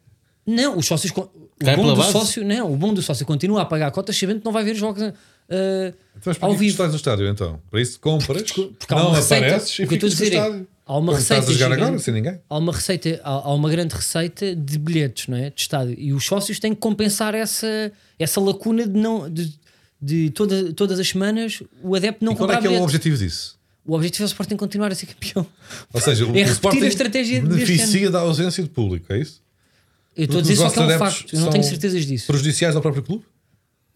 Não, os sócios. con- O Cai bom pela do base? sócio, não, o bom do sócio continua a pagar cotas sabendo que não vai ver os jogos ah, Então, mas para ao que é que tu vivo. estás no estádio então? Para isso compras, porque há não uma receita. apareces e O que eu estou a ficas dizer no é, estádio. há uma Quando estás a receita jogar gigante. agora, sem ninguém. Há uma receita, há, há uma grande receita de bilhetes, não é? De estádio. E os sócios têm que compensar essa, essa lacuna de não. De, de toda- todas as semanas o adepto não E qual é comprar que é o bilhete. objetivo disso? O objetivo é o Sporting continuar a ser campeão. Ou seja, É o repetir Sporting a estratégia deste beneficia da ausência de público, é isso? Eu estou a Porque dizer os só que é um nossos facto, adeptos eu não são tenho certezas disso. Prejudiciais ao próprio clube?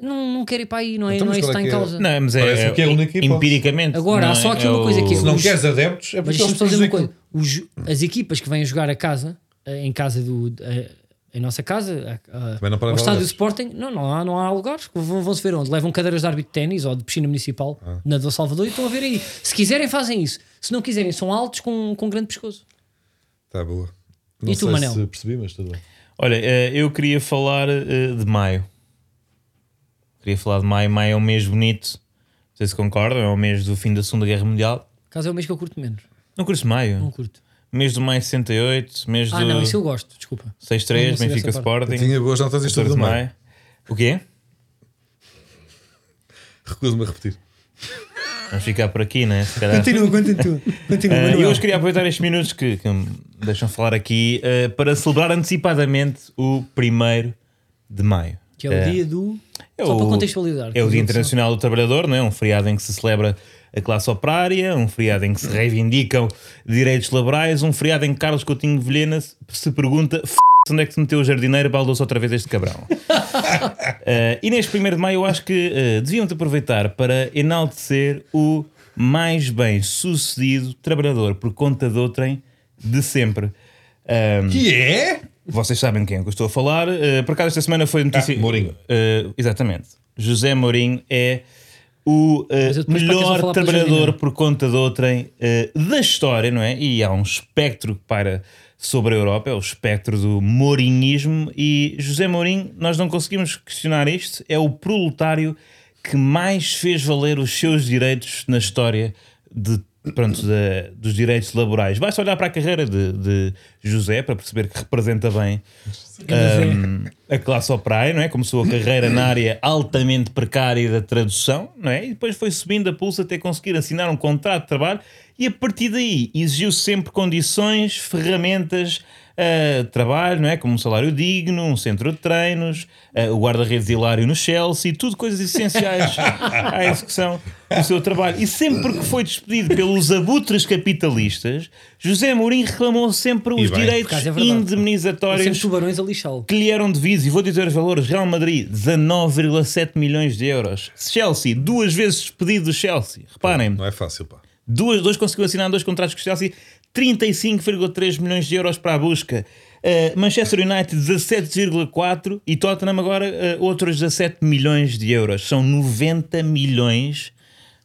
Não, não quero ir para aí, não é, Então, não mas é isso que está qual é em que é? causa. Não, mas é, Parece-me que é a única é hipótese. empiricamente. Agora, não há só é- aqui é uma o- coisa que é- Se não Os- queres adeptos, é Mas porque deixa-me eles só dizer uma coisa: prejudicam. Os- as equipas que vêm jogar a casa, eh, em casa do. eh, em nossa casa, a- a- Também não podem ao estádio levar do lugares. Sporting, não, não, há, não há lugares. Vão- Vão-se ver onde? Levam cadeiras de árbitro de ténis ou de piscina municipal na do Salvador e estão a ver aí. Se quiserem, fazem isso. Se não quiserem, são altos com, com grande pescoço. Tá boa. Não E tu, sei Manel? se percebi, mas tudo bem. Olha, eh, eu queria falar eh, de maio. Queria falar de maio. Maio é um mês bonito. Não sei se concordam, é o mês do fim da Segunda Guerra Mundial. Caso é o mês que eu curto menos. Não curto maio. Não curto. Mês do maio 68, mês Ah, do não, isso eu gosto, desculpa. não 63, sei Benfica dessa parte. Sporting. Tinha boas notas em 14 estudo de do meio. maio. O quê? Recuso-me a repetir. Vamos ficar por aqui, né? Se [LAUGHS] calhar. continua. Continua, Eh, e hoje queria aproveitar estes minutos que, que me deixam falar aqui eh, para celebrar antecipadamente o 1 de maio. Que é o dia do. É só o- para contextualizar. É o Dia Só- Internacional do Trabalhador, não é? Um feriado em que se celebra a classe operária, um feriado em que se Uhum. reivindicam direitos laborais, um feriado em que Carlos Coutinho de Vilhena se- se pergunta "F***, onde é que se meteu o jardineiro, baldou-se outra vez este [LAUGHS] cabrão. Eh, e neste 1 de maio eu acho que eh, deviam te aproveitar para enaltecer o mais bem sucedido trabalhador por conta de outrem de sempre. Ahm, Que é? vocês sabem de quem é que eu estou a falar. Uh, por acaso, esta semana foi notícia. Ah, Mourinho. Uh, exatamente. José Mourinho é o uh, eu depois para que eles vão melhor falar para trabalhador Jardineiro? por conta de outrem uh, da história, não é? E há um espectro que para sobre a Europa, é o espectro do mourinhismo. E José Mourinho, nós não conseguimos questionar isto, é o proletário que mais fez valer os seus direitos na história de pronto, da- dos direitos laborais. Basta olhar para a carreira de, de José para perceber que representa bem um, a classe operária, não é? Começou a carreira na área altamente precária da tradução, não é? E depois foi subindo a pulso até conseguir assinar um contrato de trabalho e a partir daí exigiu sempre condições, ferramentas ah, de trabalho, não é? Como um salário digno, um centro de treinos, ah, o guarda-redes hilário no Chelsea, tudo coisas essenciais à execução do seu trabalho. E sempre que foi despedido pelos abutres capitalistas, José Mourinho reclamou sempre os bem. direitos acaso é verdade. Sempre indemnizatórios tubarões a lixá-lo. que lhe eram devidos, e vou dizer os valores: Real Madrid, 19,7 milhões de euros. Chelsea, duas vezes despedido do Chelsea. Reparem, Não é fácil, pá. duas, dois conseguiu assinar dois contratos com o Chelsea, 35,3 milhões de euros para a busca. Uh, Manchester United 17,4 e Tottenham agora uh, outros 17 milhões de euros. São 90 milhões,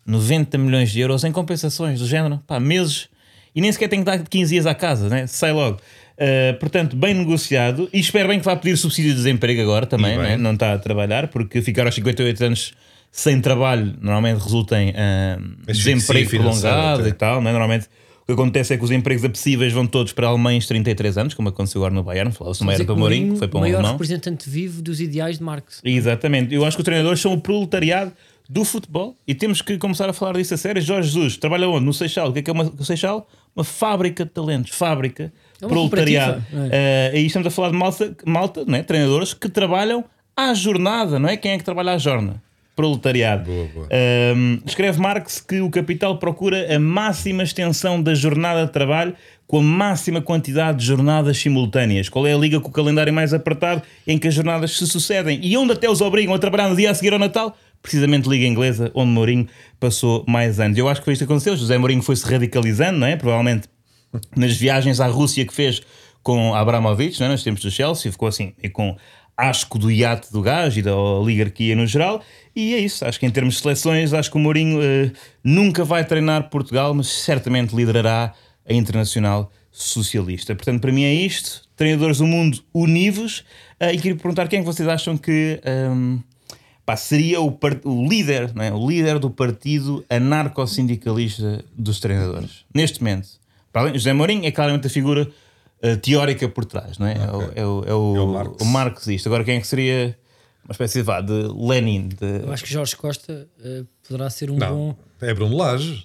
90 milhões de euros em compensações do género, pá, meses. E nem sequer tem que dar 15 dias à casa, né? sai logo. Uh, portanto, bem negociado e espero bem que vá pedir subsídio de desemprego agora também, E bem. né? não está a trabalhar, porque ficar aos 58 anos sem trabalho normalmente resulta em ah, Asfixia desemprego financeira, prolongado até. e tal, não é? Normalmente o que acontece é que os empregos apetecíveis vão todos para alemães de 33 anos, como aconteceu agora no Bayern, falava-se é não era para Mourinho, que foi para um maior alemão. representante vivo dos ideais de Marx. Exatamente, eu acho que os treinadores são o proletariado do futebol e temos que começar a falar disso a sério. Jorge Jesus trabalha onde? No Seixal. O que é que é uma, o Seixal? Uma fábrica de talentos, fábrica, É uma proletariado. cooperativa, Ah, e estamos a né, falar de malta, malta não é? treinadores que trabalham à jornada, não é? Quem é que trabalha à jornada? proletariado. Boa, boa. Ahm, escreve Marx que o capital procura a máxima extensão da jornada de trabalho com a máxima quantidade de jornadas simultâneas. Qual é a liga com o calendário mais apertado em que as jornadas se sucedem e onde até os obrigam a trabalhar no dia a seguir ao Natal? Precisamente Liga Inglesa, onde Mourinho passou mais anos. Eu acho que foi isto que aconteceu. José Mourinho foi se radicalizando, não é? Provavelmente nas viagens à Rússia que fez com Abramovich, não é? nos tempos do Chelsea, ficou assim, e com asco do iate do gás e da oligarquia no geral. E é isso, acho que em termos de seleções, acho que o Mourinho eh, nunca vai treinar Portugal, mas certamente liderará a Internacional Socialista. Portanto, para mim é isto, treinadores do mundo univos, Eh, e queria perguntar quem é que vocês acham que... ehm, pá, seria o, par- o líder, não é? o líder do partido anarco-sindicalista dos treinadores, neste momento. Para além, José Mourinho é claramente a figura eh, teórica por trás, não é? É o- Ok. É, o, é, o, É o Marx. o marxista. Agora, quem é que seria uma espécie de, vá, de Lenin, Eu de... acho que Jorge Costa eh, poderá ser um Não, bom. é Bruno Lage.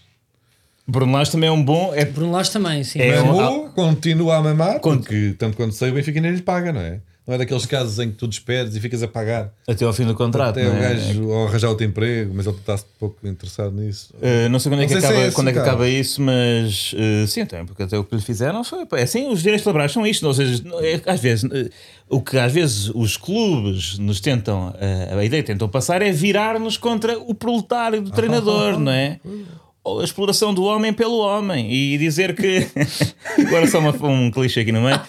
Bruno Lage também é um bom. É, Bruno Lage também, sim. É, Mas- Mamou, continua a mamar, Con- porque tanto quanto sei, o Benfica nem lhe paga, não é? Não é daqueles casos em que tu despedes e ficas a pagar até ao fim do contrato. até não o é? gajo ao arranjar outro emprego, mas ele está pouco interessado nisso. Uh, não sei quando, é que, Não sei se acaba, é esse quando é que caso. acaba isso, mas uh, sim, então, porque até o que lhe fizeram foi. pá, É assim, os direitos laborais são isto. Ou seja, não- é que às vezes, uh, o que às vezes os clubes nos tentam, uh, a ideia que tentam passar é virar-nos contra o proletário Ah, do treinador, não é? Ou a exploração do homem pelo homem e dizer que. [LAUGHS] Agora só uma- um clichê aqui no meio, uh,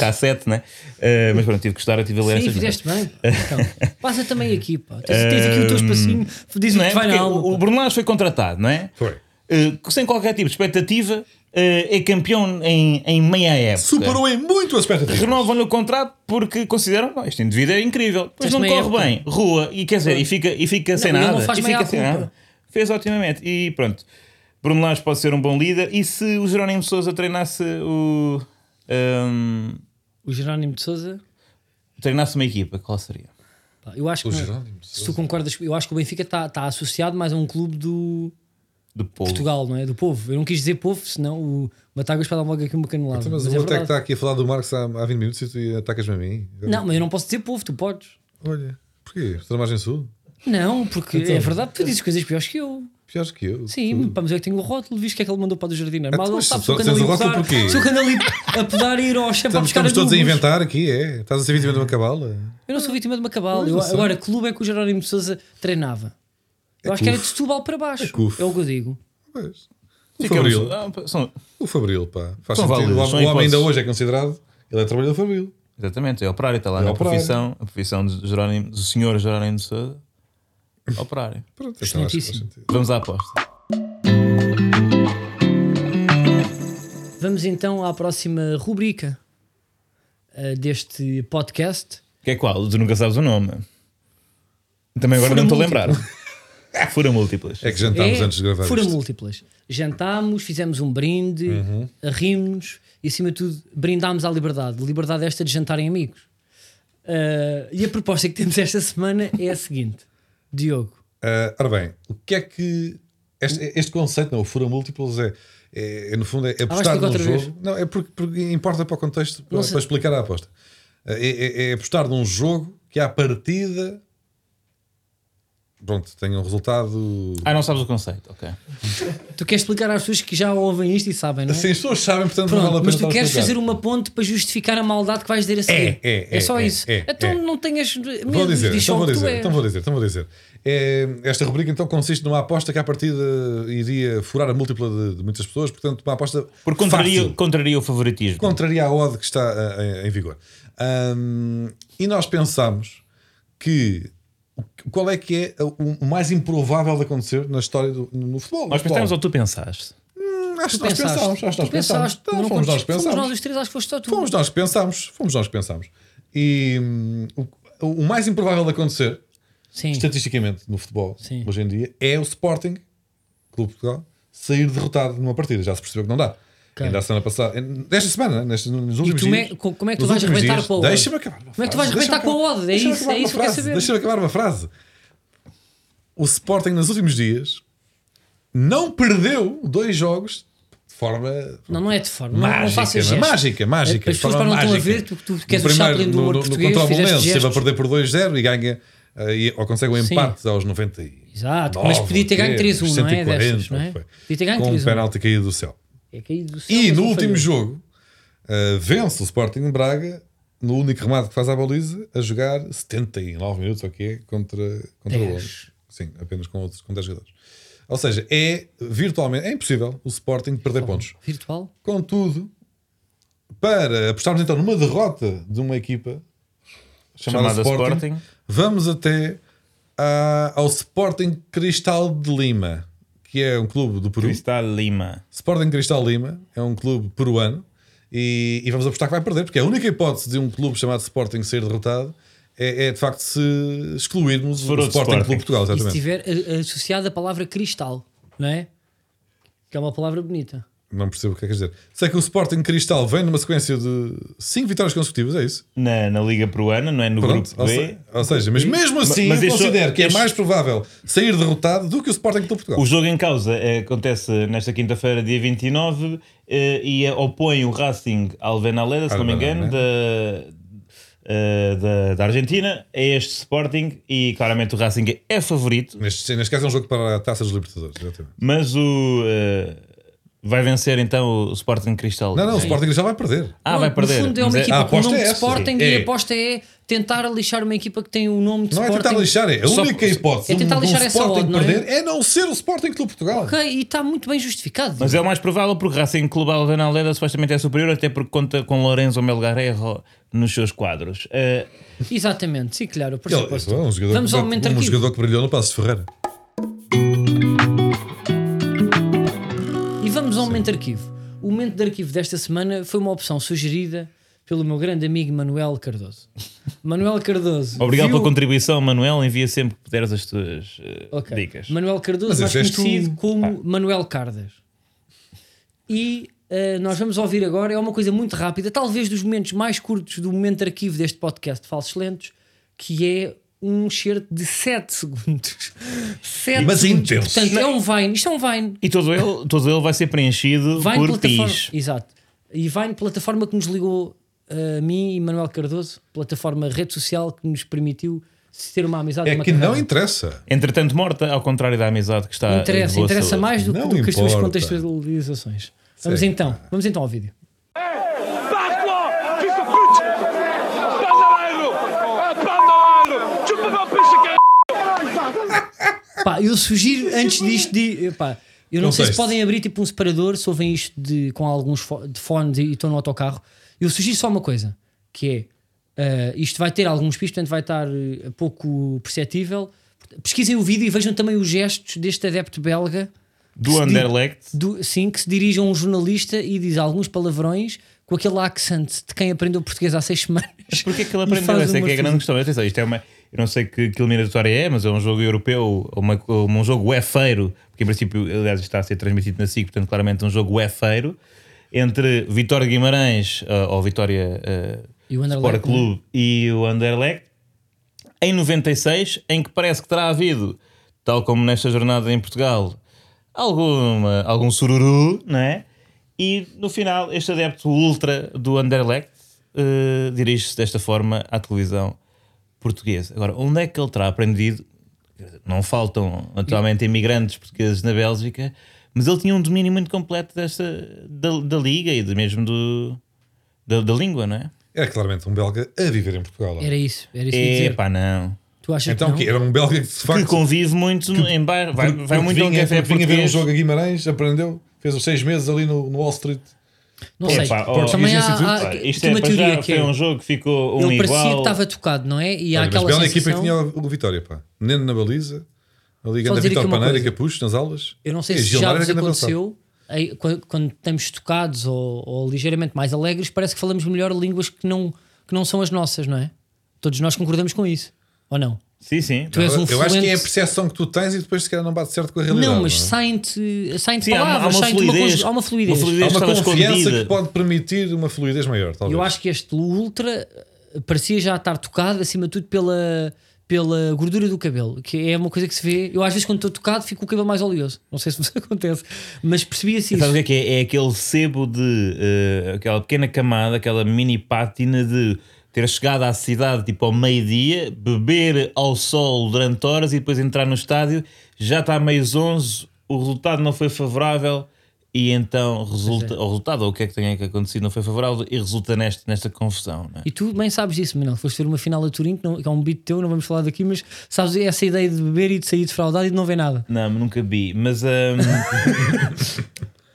K7, né? Uh, mas pronto, tive que estudar, tive a ler Sim, estas merdas. fizeste bem. é. Então, passa também aqui, pá. Tens, tens aqui o teu espacinho, diz o Ehm, Não é? que vai Porque na alma. o, o Bruno Lage foi contratado, não é? Foi. Eh, sem qualquer tipo de expectativa, eh, é campeão em, em meia época. Superou em muito as expectativas. Renovam-lhe o contrato porque consideram "Pá, este indivíduo é incrível. Depois Fizeste não meia corre época. bem, rua, e quer dizer, e fica, e fica sem ele não nada. faz e meia fica sem culpa. nada. Fez otimamente. E pronto, Bruno Lage pode ser um bom líder. E se o Jerónimo Souza treinasse o. ehm, O Jerónimo de Souza, treinasse uma equipa, qual seria? eu acho O que. não- Jerónimo de se tu Sousa. concordas, eu acho que o Benfica está está associado mais a um clube do Do povo. Portugal, não é? Do povo. Eu não quis dizer povo, senão o Matagas para dar logo aqui uma canelada. Mas, Mas o é outro é que tá- verdade. está aqui a falar do Marx há, há 20 minutos e tu atacas-me a mim. Não, mas eu não posso dizer povo, tu podes. Olha, porquê? Tramagem Sul? Não, porque Então. é verdade, tu dizes coisas piores que eu. Piores que eu. Sim, pá, mas eu que tenho o rótulo, viste o que é que ele mandou para o do jardineiro. Ah, Mal tu, ele mas sabe se só eu que ando tens ali o rótulo a porquê? podar- se eu que ando ali a podar e ir ao chefe para Estamos, buscar estamos todos a adubos. inventar aqui, é. Estás a ser vítima de uma cabala. Eu não sou vítima de uma cabala. Pois, Eu- não sei. É agora, clube é que o Jerónimo de Souza treinava. Eu acho que era de cuf. Setúbal para baixo. cuf. É, o que eu digo. Pois. O Ficamos- Fabril. Ah, pá, são- O Fabril, pá. Faz São sentido. válidos, O são homem- o homem ainda hipóteses. hoje é considerado. Ele é trabalhador Fabril. Exatamente, é operário, está lá É na operário. profissão, a profissão do, Jerónimo, do senhor Jerónimo de Sousa, É operário. Pronto, então acho que faz sentido. Vamos à aposta. Vamos então à próxima rubrica ah, deste podcast. Que é qual? Tu nunca sabes o nome. Também agora Fura não estou múltipla. a lembrar. Fura múltiplas. É que jantámos é antes de gravar Fura isto. Uhum. múltiplas. Jantámos, fizemos um brinde, rimos e, acima de tudo, brindámos à liberdade. Liberdade esta de jantarem amigos. Ah, e a proposta que temos esta semana é a seguinte: Diogo, Ah, ora bem, o que é que. Este, este conceito, não, o fura múltiplos é, é, é, no fundo, é ficar apostar num outra jogo. vez? Não, é porque, porque importa para o contexto, para, Não sei. para explicar a aposta. Ah, É, é- é apostar num jogo que, à partida. Pronto, tem um resultado. Ah, não sabes o conceito, ok. tu queres explicar às pessoas que já ouvem isto e sabem, não é? Assim, as pessoas sabem, portanto, não vale a Pronto, pena mas tu estar a queres explicar. fazer uma ponte para justificar a maldade que vais dizer a seguir. É, é, é, só é, isso. é, então é. não tenhas medo, Vou dizer, diz só então o vou que tu é. dizer, és. então vou dizer, então vou dizer. É, esta rubrica então consiste numa aposta que à partida iria furar a múltipla de, de muitas pessoas, portanto, uma aposta Porque contraria, fácil. contraria o favoritismo. contraria a odd que está ah, em- em vigor. Ahm, e nós pensámos que o- qual é que é o, o mais improvável de acontecer na história do no futebol. no Nós futebol. pensámos ou tu pensaste? Hum, acho que nós Pensaste, pensámos, acho que tu nós pensámos. pensaste, Não, não Então fomos nós foste- pensámos. Fomos nós os três, acho que foste só tu. Fomos nós que pensámos, fomos nós que pensámos. E hum, o, o mais improvável de acontecer Sim. estatisticamente no futebol, Sim. hoje em dia, é o Sporting, Clube de Portugal, sair derrotado numa partida. Já se percebeu que não dá. Ok. Ainda a semana passada, en- desta semana, nestes, nos últimos tu me- dias. co- como é que tu nos vais últimos arrebentar dias- com a odd? Deixa-me acabar. Como uma é que tu frase, vais deixa-me arrebentar com a acabar- odd? É deixa-me isso- acabar é isso que uma eu quero frase, saber. Deixa-me acabar uma frase. O Sporting, nos últimos dias, não perdeu dois jogos de forma. Não, não é de forma. não- não Mágica, faças não é? gestos. mágica, mágica. As de pessoas forma para não estão a mágica. ver, tu, tu queres No o primeiro, Chaplin do no- humor no- no português, contra o fizeste Bolonense, esteve a gestos. perder por 2-0 e ganha ah, eh, e, ou consegue um Sim. empate aos 90 e Exato, nove, mas podia ter ganho ou o quê, 3-1, não é? 140, Dessas, não é? foi. Podia ter ganho com um 3-1. penalti caído do céu. É caído do céu, E mas no não um falhou. último jogo, eh, vence o Sporting de Braga no único remate que faz à baliza a jogar 79 minutos, ok? é, Contra, contra o Dez. Londres. Sim, apenas com, outros, com 10 jogadores. Ou seja, é virtualmente é impossível o Sporting perder pontos. Virtual? Contudo, para apostarmos então numa derrota de uma equipa chamada, Chamada Sporting, Sporting. vamos até à- ao Sporting Cristal de Lima, que é um clube do Peru. Cristal Lima. Sporting Cristal Lima é um clube peruano e, e vamos apostar que vai perder, porque a única hipótese de um clube chamado Sporting ser derrotado é, é, de facto se excluirmos for o outro Sporting, Sporting. Clube de Portugal, E se exatamente. tiver a- associado a palavra cristal, não é? Que é uma palavra bonita. Não percebo o que é que quer dizer. Sei que o Sporting Cristal vem numa sequência de 5 vitórias consecutivas, é isso? Na, na Liga Peruana, não é? No Pronto, grupo ou, B. se- ou seja, mas mesmo assim mas eu isto- considero que é isto- mais provável sair derrotado do que o Sporting Clube de Portugal. O jogo em causa eh, acontece nesta quinta-feira, dia 29, eh, e eh, opõe o Racing Alvenaleda, se não me engano, da, eh, da, da Argentina, a este Sporting, e claramente o Racing é favorito, Neste, neste caso é um jogo para a Taça dos Libertadores, exatamente. mas o... eh, vai vencer então o Sporting Cristal. Não, não, o Sim. Sporting Cristal vai perder. Ah, vai No perder. fundo é uma mas é- a equipa com o aposta nome é de essa, Sporting sim. e É. a aposta é tentar lixar uma equipa que tem o nome de Não é Sporting. tentar lixar, é a Só- única hipótese é tentar de um lixar essa Sporting odd, não é? perder é? não ser o Sporting Clube de Portugal. Ok, e está muito bem justificado. Mas é o mais provável porque Racing Clube Alvenaleda supostamente é superior, até porque conta com Lorenzo Melgarejo nos seus quadros. Eh, Exatamente, sim, claro. Por Ele- suposto. é um jogador, Vamos que- ao momento um arquivo. jogador que brilhou no Passo de Ferreira. E vamos ao momento de arquivo. O momento de arquivo desta semana foi uma opção sugerida pelo meu grande amigo Manuel Cardoso. [LAUGHS] Manuel Cardoso. Obrigado viu... pela contribuição, Manuel. Envia sempre que puderes as tuas eh, Ok. dicas. Manuel Cardoso, Mas mais esse és tu. conhecido como Ah. Manuel Cardas. E eh, nós vamos ouvir agora, é uma coisa muito rápida, talvez dos momentos mais curtos do momento de arquivo deste podcast de Falsos Lentos, que é um excerto de 7 [LAUGHS] segundos. 7 Mas segundos. intenso. Portanto, é um Vine, isto é um Vine. E todo ele, todo ele vai ser preenchido Vine por plataforma. PIS. Exato. E Vine, plataforma que nos ligou uh, a mim e Manuel Cardoso, plataforma rede social que nos permitiu ter uma amizade É uma que carreira. não interessa. Entretanto, morta, ao contrário da amizade que está. de interessa, boa interessa saúde. mais do, Não que- do que as suas importa. contextualizações. Vamos Sei. então, vamos então ao vídeo. Back off, piece of bitch! Pandeiro! É pandeiro! Chupa meu piso, que Pá, eu sugiro antes disto de. Pá, eu não sei se Contexto. podem abrir tipo um separador, se ouvem isto de, com alguns fo- de fones e e estão no autocarro. Eu sugiro só uma coisa: que é ah, isto vai ter alguns pisos, portanto vai estar eh, pouco perceptível. Pesquisem o vídeo e vejam também os gestos deste adepto belga. Do Anderlecht. do- sim, que se dirige a um jornalista e diz alguns palavrões com aquele accent de quem aprendeu português há seis semanas. Porquê que ele [LAUGHS] E aprendeu? faz Essa é que é a umas grande questão. Atenção, isto é uma, eu não sei que, que eliminatória é, mas é um jogo europeu, uma, um jogo uefeiro, porque em princípio, aliás, está a ser transmitido na SIC, portanto, claramente um jogo uefeiro, entre Vitória de Guimarães ah, ou Vitória ah, E o Anderlecht, é? Sport Clube e o Anderlecht, em 96, em que parece que terá havido, tal como nesta jornada em Portugal, alguma, algum sururu, não é? E no final, este adepto ultra do Anderlecht eh, dirige-se desta forma à televisão portuguesa. Agora, onde é que ele terá aprendido? Quer dizer, Não faltam atualmente imigrantes portugueses na Bélgica, mas ele tinha um domínio muito completo desta, da, da liga e do mesmo do, da, da língua, não é? Era claramente um belga a viver em Portugal. Era isso, era isso que eu ia dizer. Epá, não. Tu achas Então, que que não? era um belga que de que facto. convive muito no- em bairro. Vai, vai porque muito a um vinha- café porque vinha ver um português. jogo a Guimarães, aprendeu, fez os seis meses ali no, no Wall Street. Não sei. Epá, oh, também Português há, Instituto, há Pá, Isto tem é uma para teoria já Ah, que foi é, um jogo que ficou um ele parecia que igual. estava tocado, não é? E há Olha, mas aquela bela equipa que sensação... tinha o o Vitória, pá. Neno na baliza, ali Só ganda dizer Vitor aqui uma Paneira e coisa. Capucho nas aulas. Eu não sei É, E se Gilmar já era vos grande avançado. aconteceu, aí, quando, quando estamos tocados ou, ou ligeiramente mais alegres, parece que falamos melhor línguas que não, que não são as nossas, não é? Todos nós concordamos com isso, ou não? Sim, sim. Tu és um Eu acho que é a fluente- percepção que tu tens e depois se calhar não bate certo com a realidade. Não, mas é? saem-te saem Sim, há uma- há palavras, uma saem-te uma fluidez. coisa- há uma fluidez. Uma fluidez. Há uma Estava confiança escondida. que pode permitir uma fluidez maior, talvez. Eu acho que este Ultra eh, parecia já estar tocado, acima de tudo, pela, pela gordura do cabelo, que é uma coisa que se vê. Eu às vezes, quando estou tocado, fico com o cabelo mais oleoso. Não sei se vos [LAUGHS] acontece, mas assim, percebia-se isso. Então, Sabes o que é que é? É aquele sebo de eh, aquela pequena camada, aquela mini pátina de ter chegado à cidade tipo ao meio-dia, beber ao sol durante horas e depois entrar no estádio, já está a meio 11, o resultado não foi favorável e então resulta, ou o resultado, ou o que é que tenha que acontecido, não foi favorável e resulta neste, nesta confusão. Não é? E tu bem sabes disso, Manuel. Foste ver uma final a Turim, que, não, que é um beat teu, não vamos falar daqui, mas sabes é essa ideia de beber e de sair defraudado e de não ver nada. Não, nunca vi, mas [LAUGHS] hum,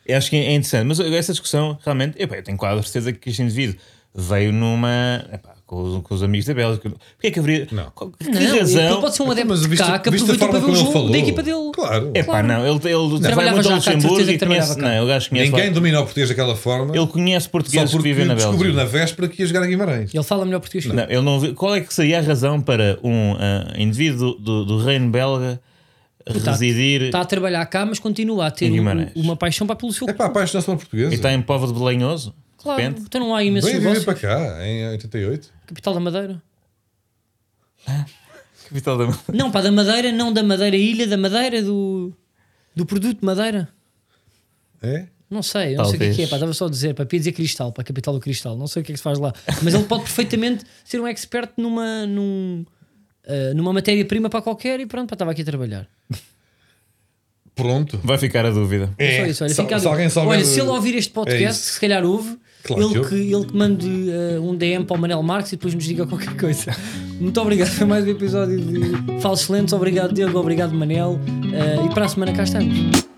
eu acho que é interessante. Mas essa discussão realmente, epá, eu tenho quase a certeza que este indivíduo veio numa. epá, com, os, com os amigos da Bélgica. Porquê é que haveria. Não. Qual- Que Não, ele razão. pode ser um adepto Então, Mas de viste- cá que viste a aproveitou para ver forma um como ele jogo falou? da equipa dele. É, Claro. Epá, não, ele, ele vai Trabalhava muito ao já cá, de Luxemburgo certeza e que trabalhava conhece. cá. Não, o gajo conhece. Ninguém lá- domina o português daquela forma. Ele conhece só portugueses que porque vivem na descobriu Bélgica. na véspera que ia jogar a Guimarães. Ele fala melhor português que eu. Não, ele não viu- Qual é que seria a razão para um ah, indivíduo do, do, do reino belga Está- residir Está a trabalhar cá, mas continua a ter Em um- Guimarães. uma paixão para pelo seu. É pá, apaixonou-se por português. e está em Povo de Belenhoso? De Claro, repente? então não há imenso Veio viver negócio. para cá, em 88. Capital da Madeira. Capital da- Não, pá, da Madeira, não da Madeira Ilha, da Madeira, do, do produto Madeira. É? Não sei, eu não sei o que é Talvez. que é, pá, estava só a dizer, pá, podia dizer cristal, para a capital do cristal, não sei o que é que se faz lá. Mas ele pode perfeitamente ser um expert numa, num, ah, numa matéria-prima para qualquer e pronto, pá, estava aqui a trabalhar. Pronto. Vai ficar a dúvida. É É. só isso, olha, Se- fica a se dúvida. alguém souber- Olha, se ele ouvir este É podcast, isso. se calhar ouve, Claro ele, que que, ele que mande ah, um DM para o Manel Marques e depois nos diga qualquer coisa. Muito obrigado, foi Eh, mais um episódio de Falsos Lentes, obrigado Diego, obrigado Manel, ah, e para a semana cá estamos.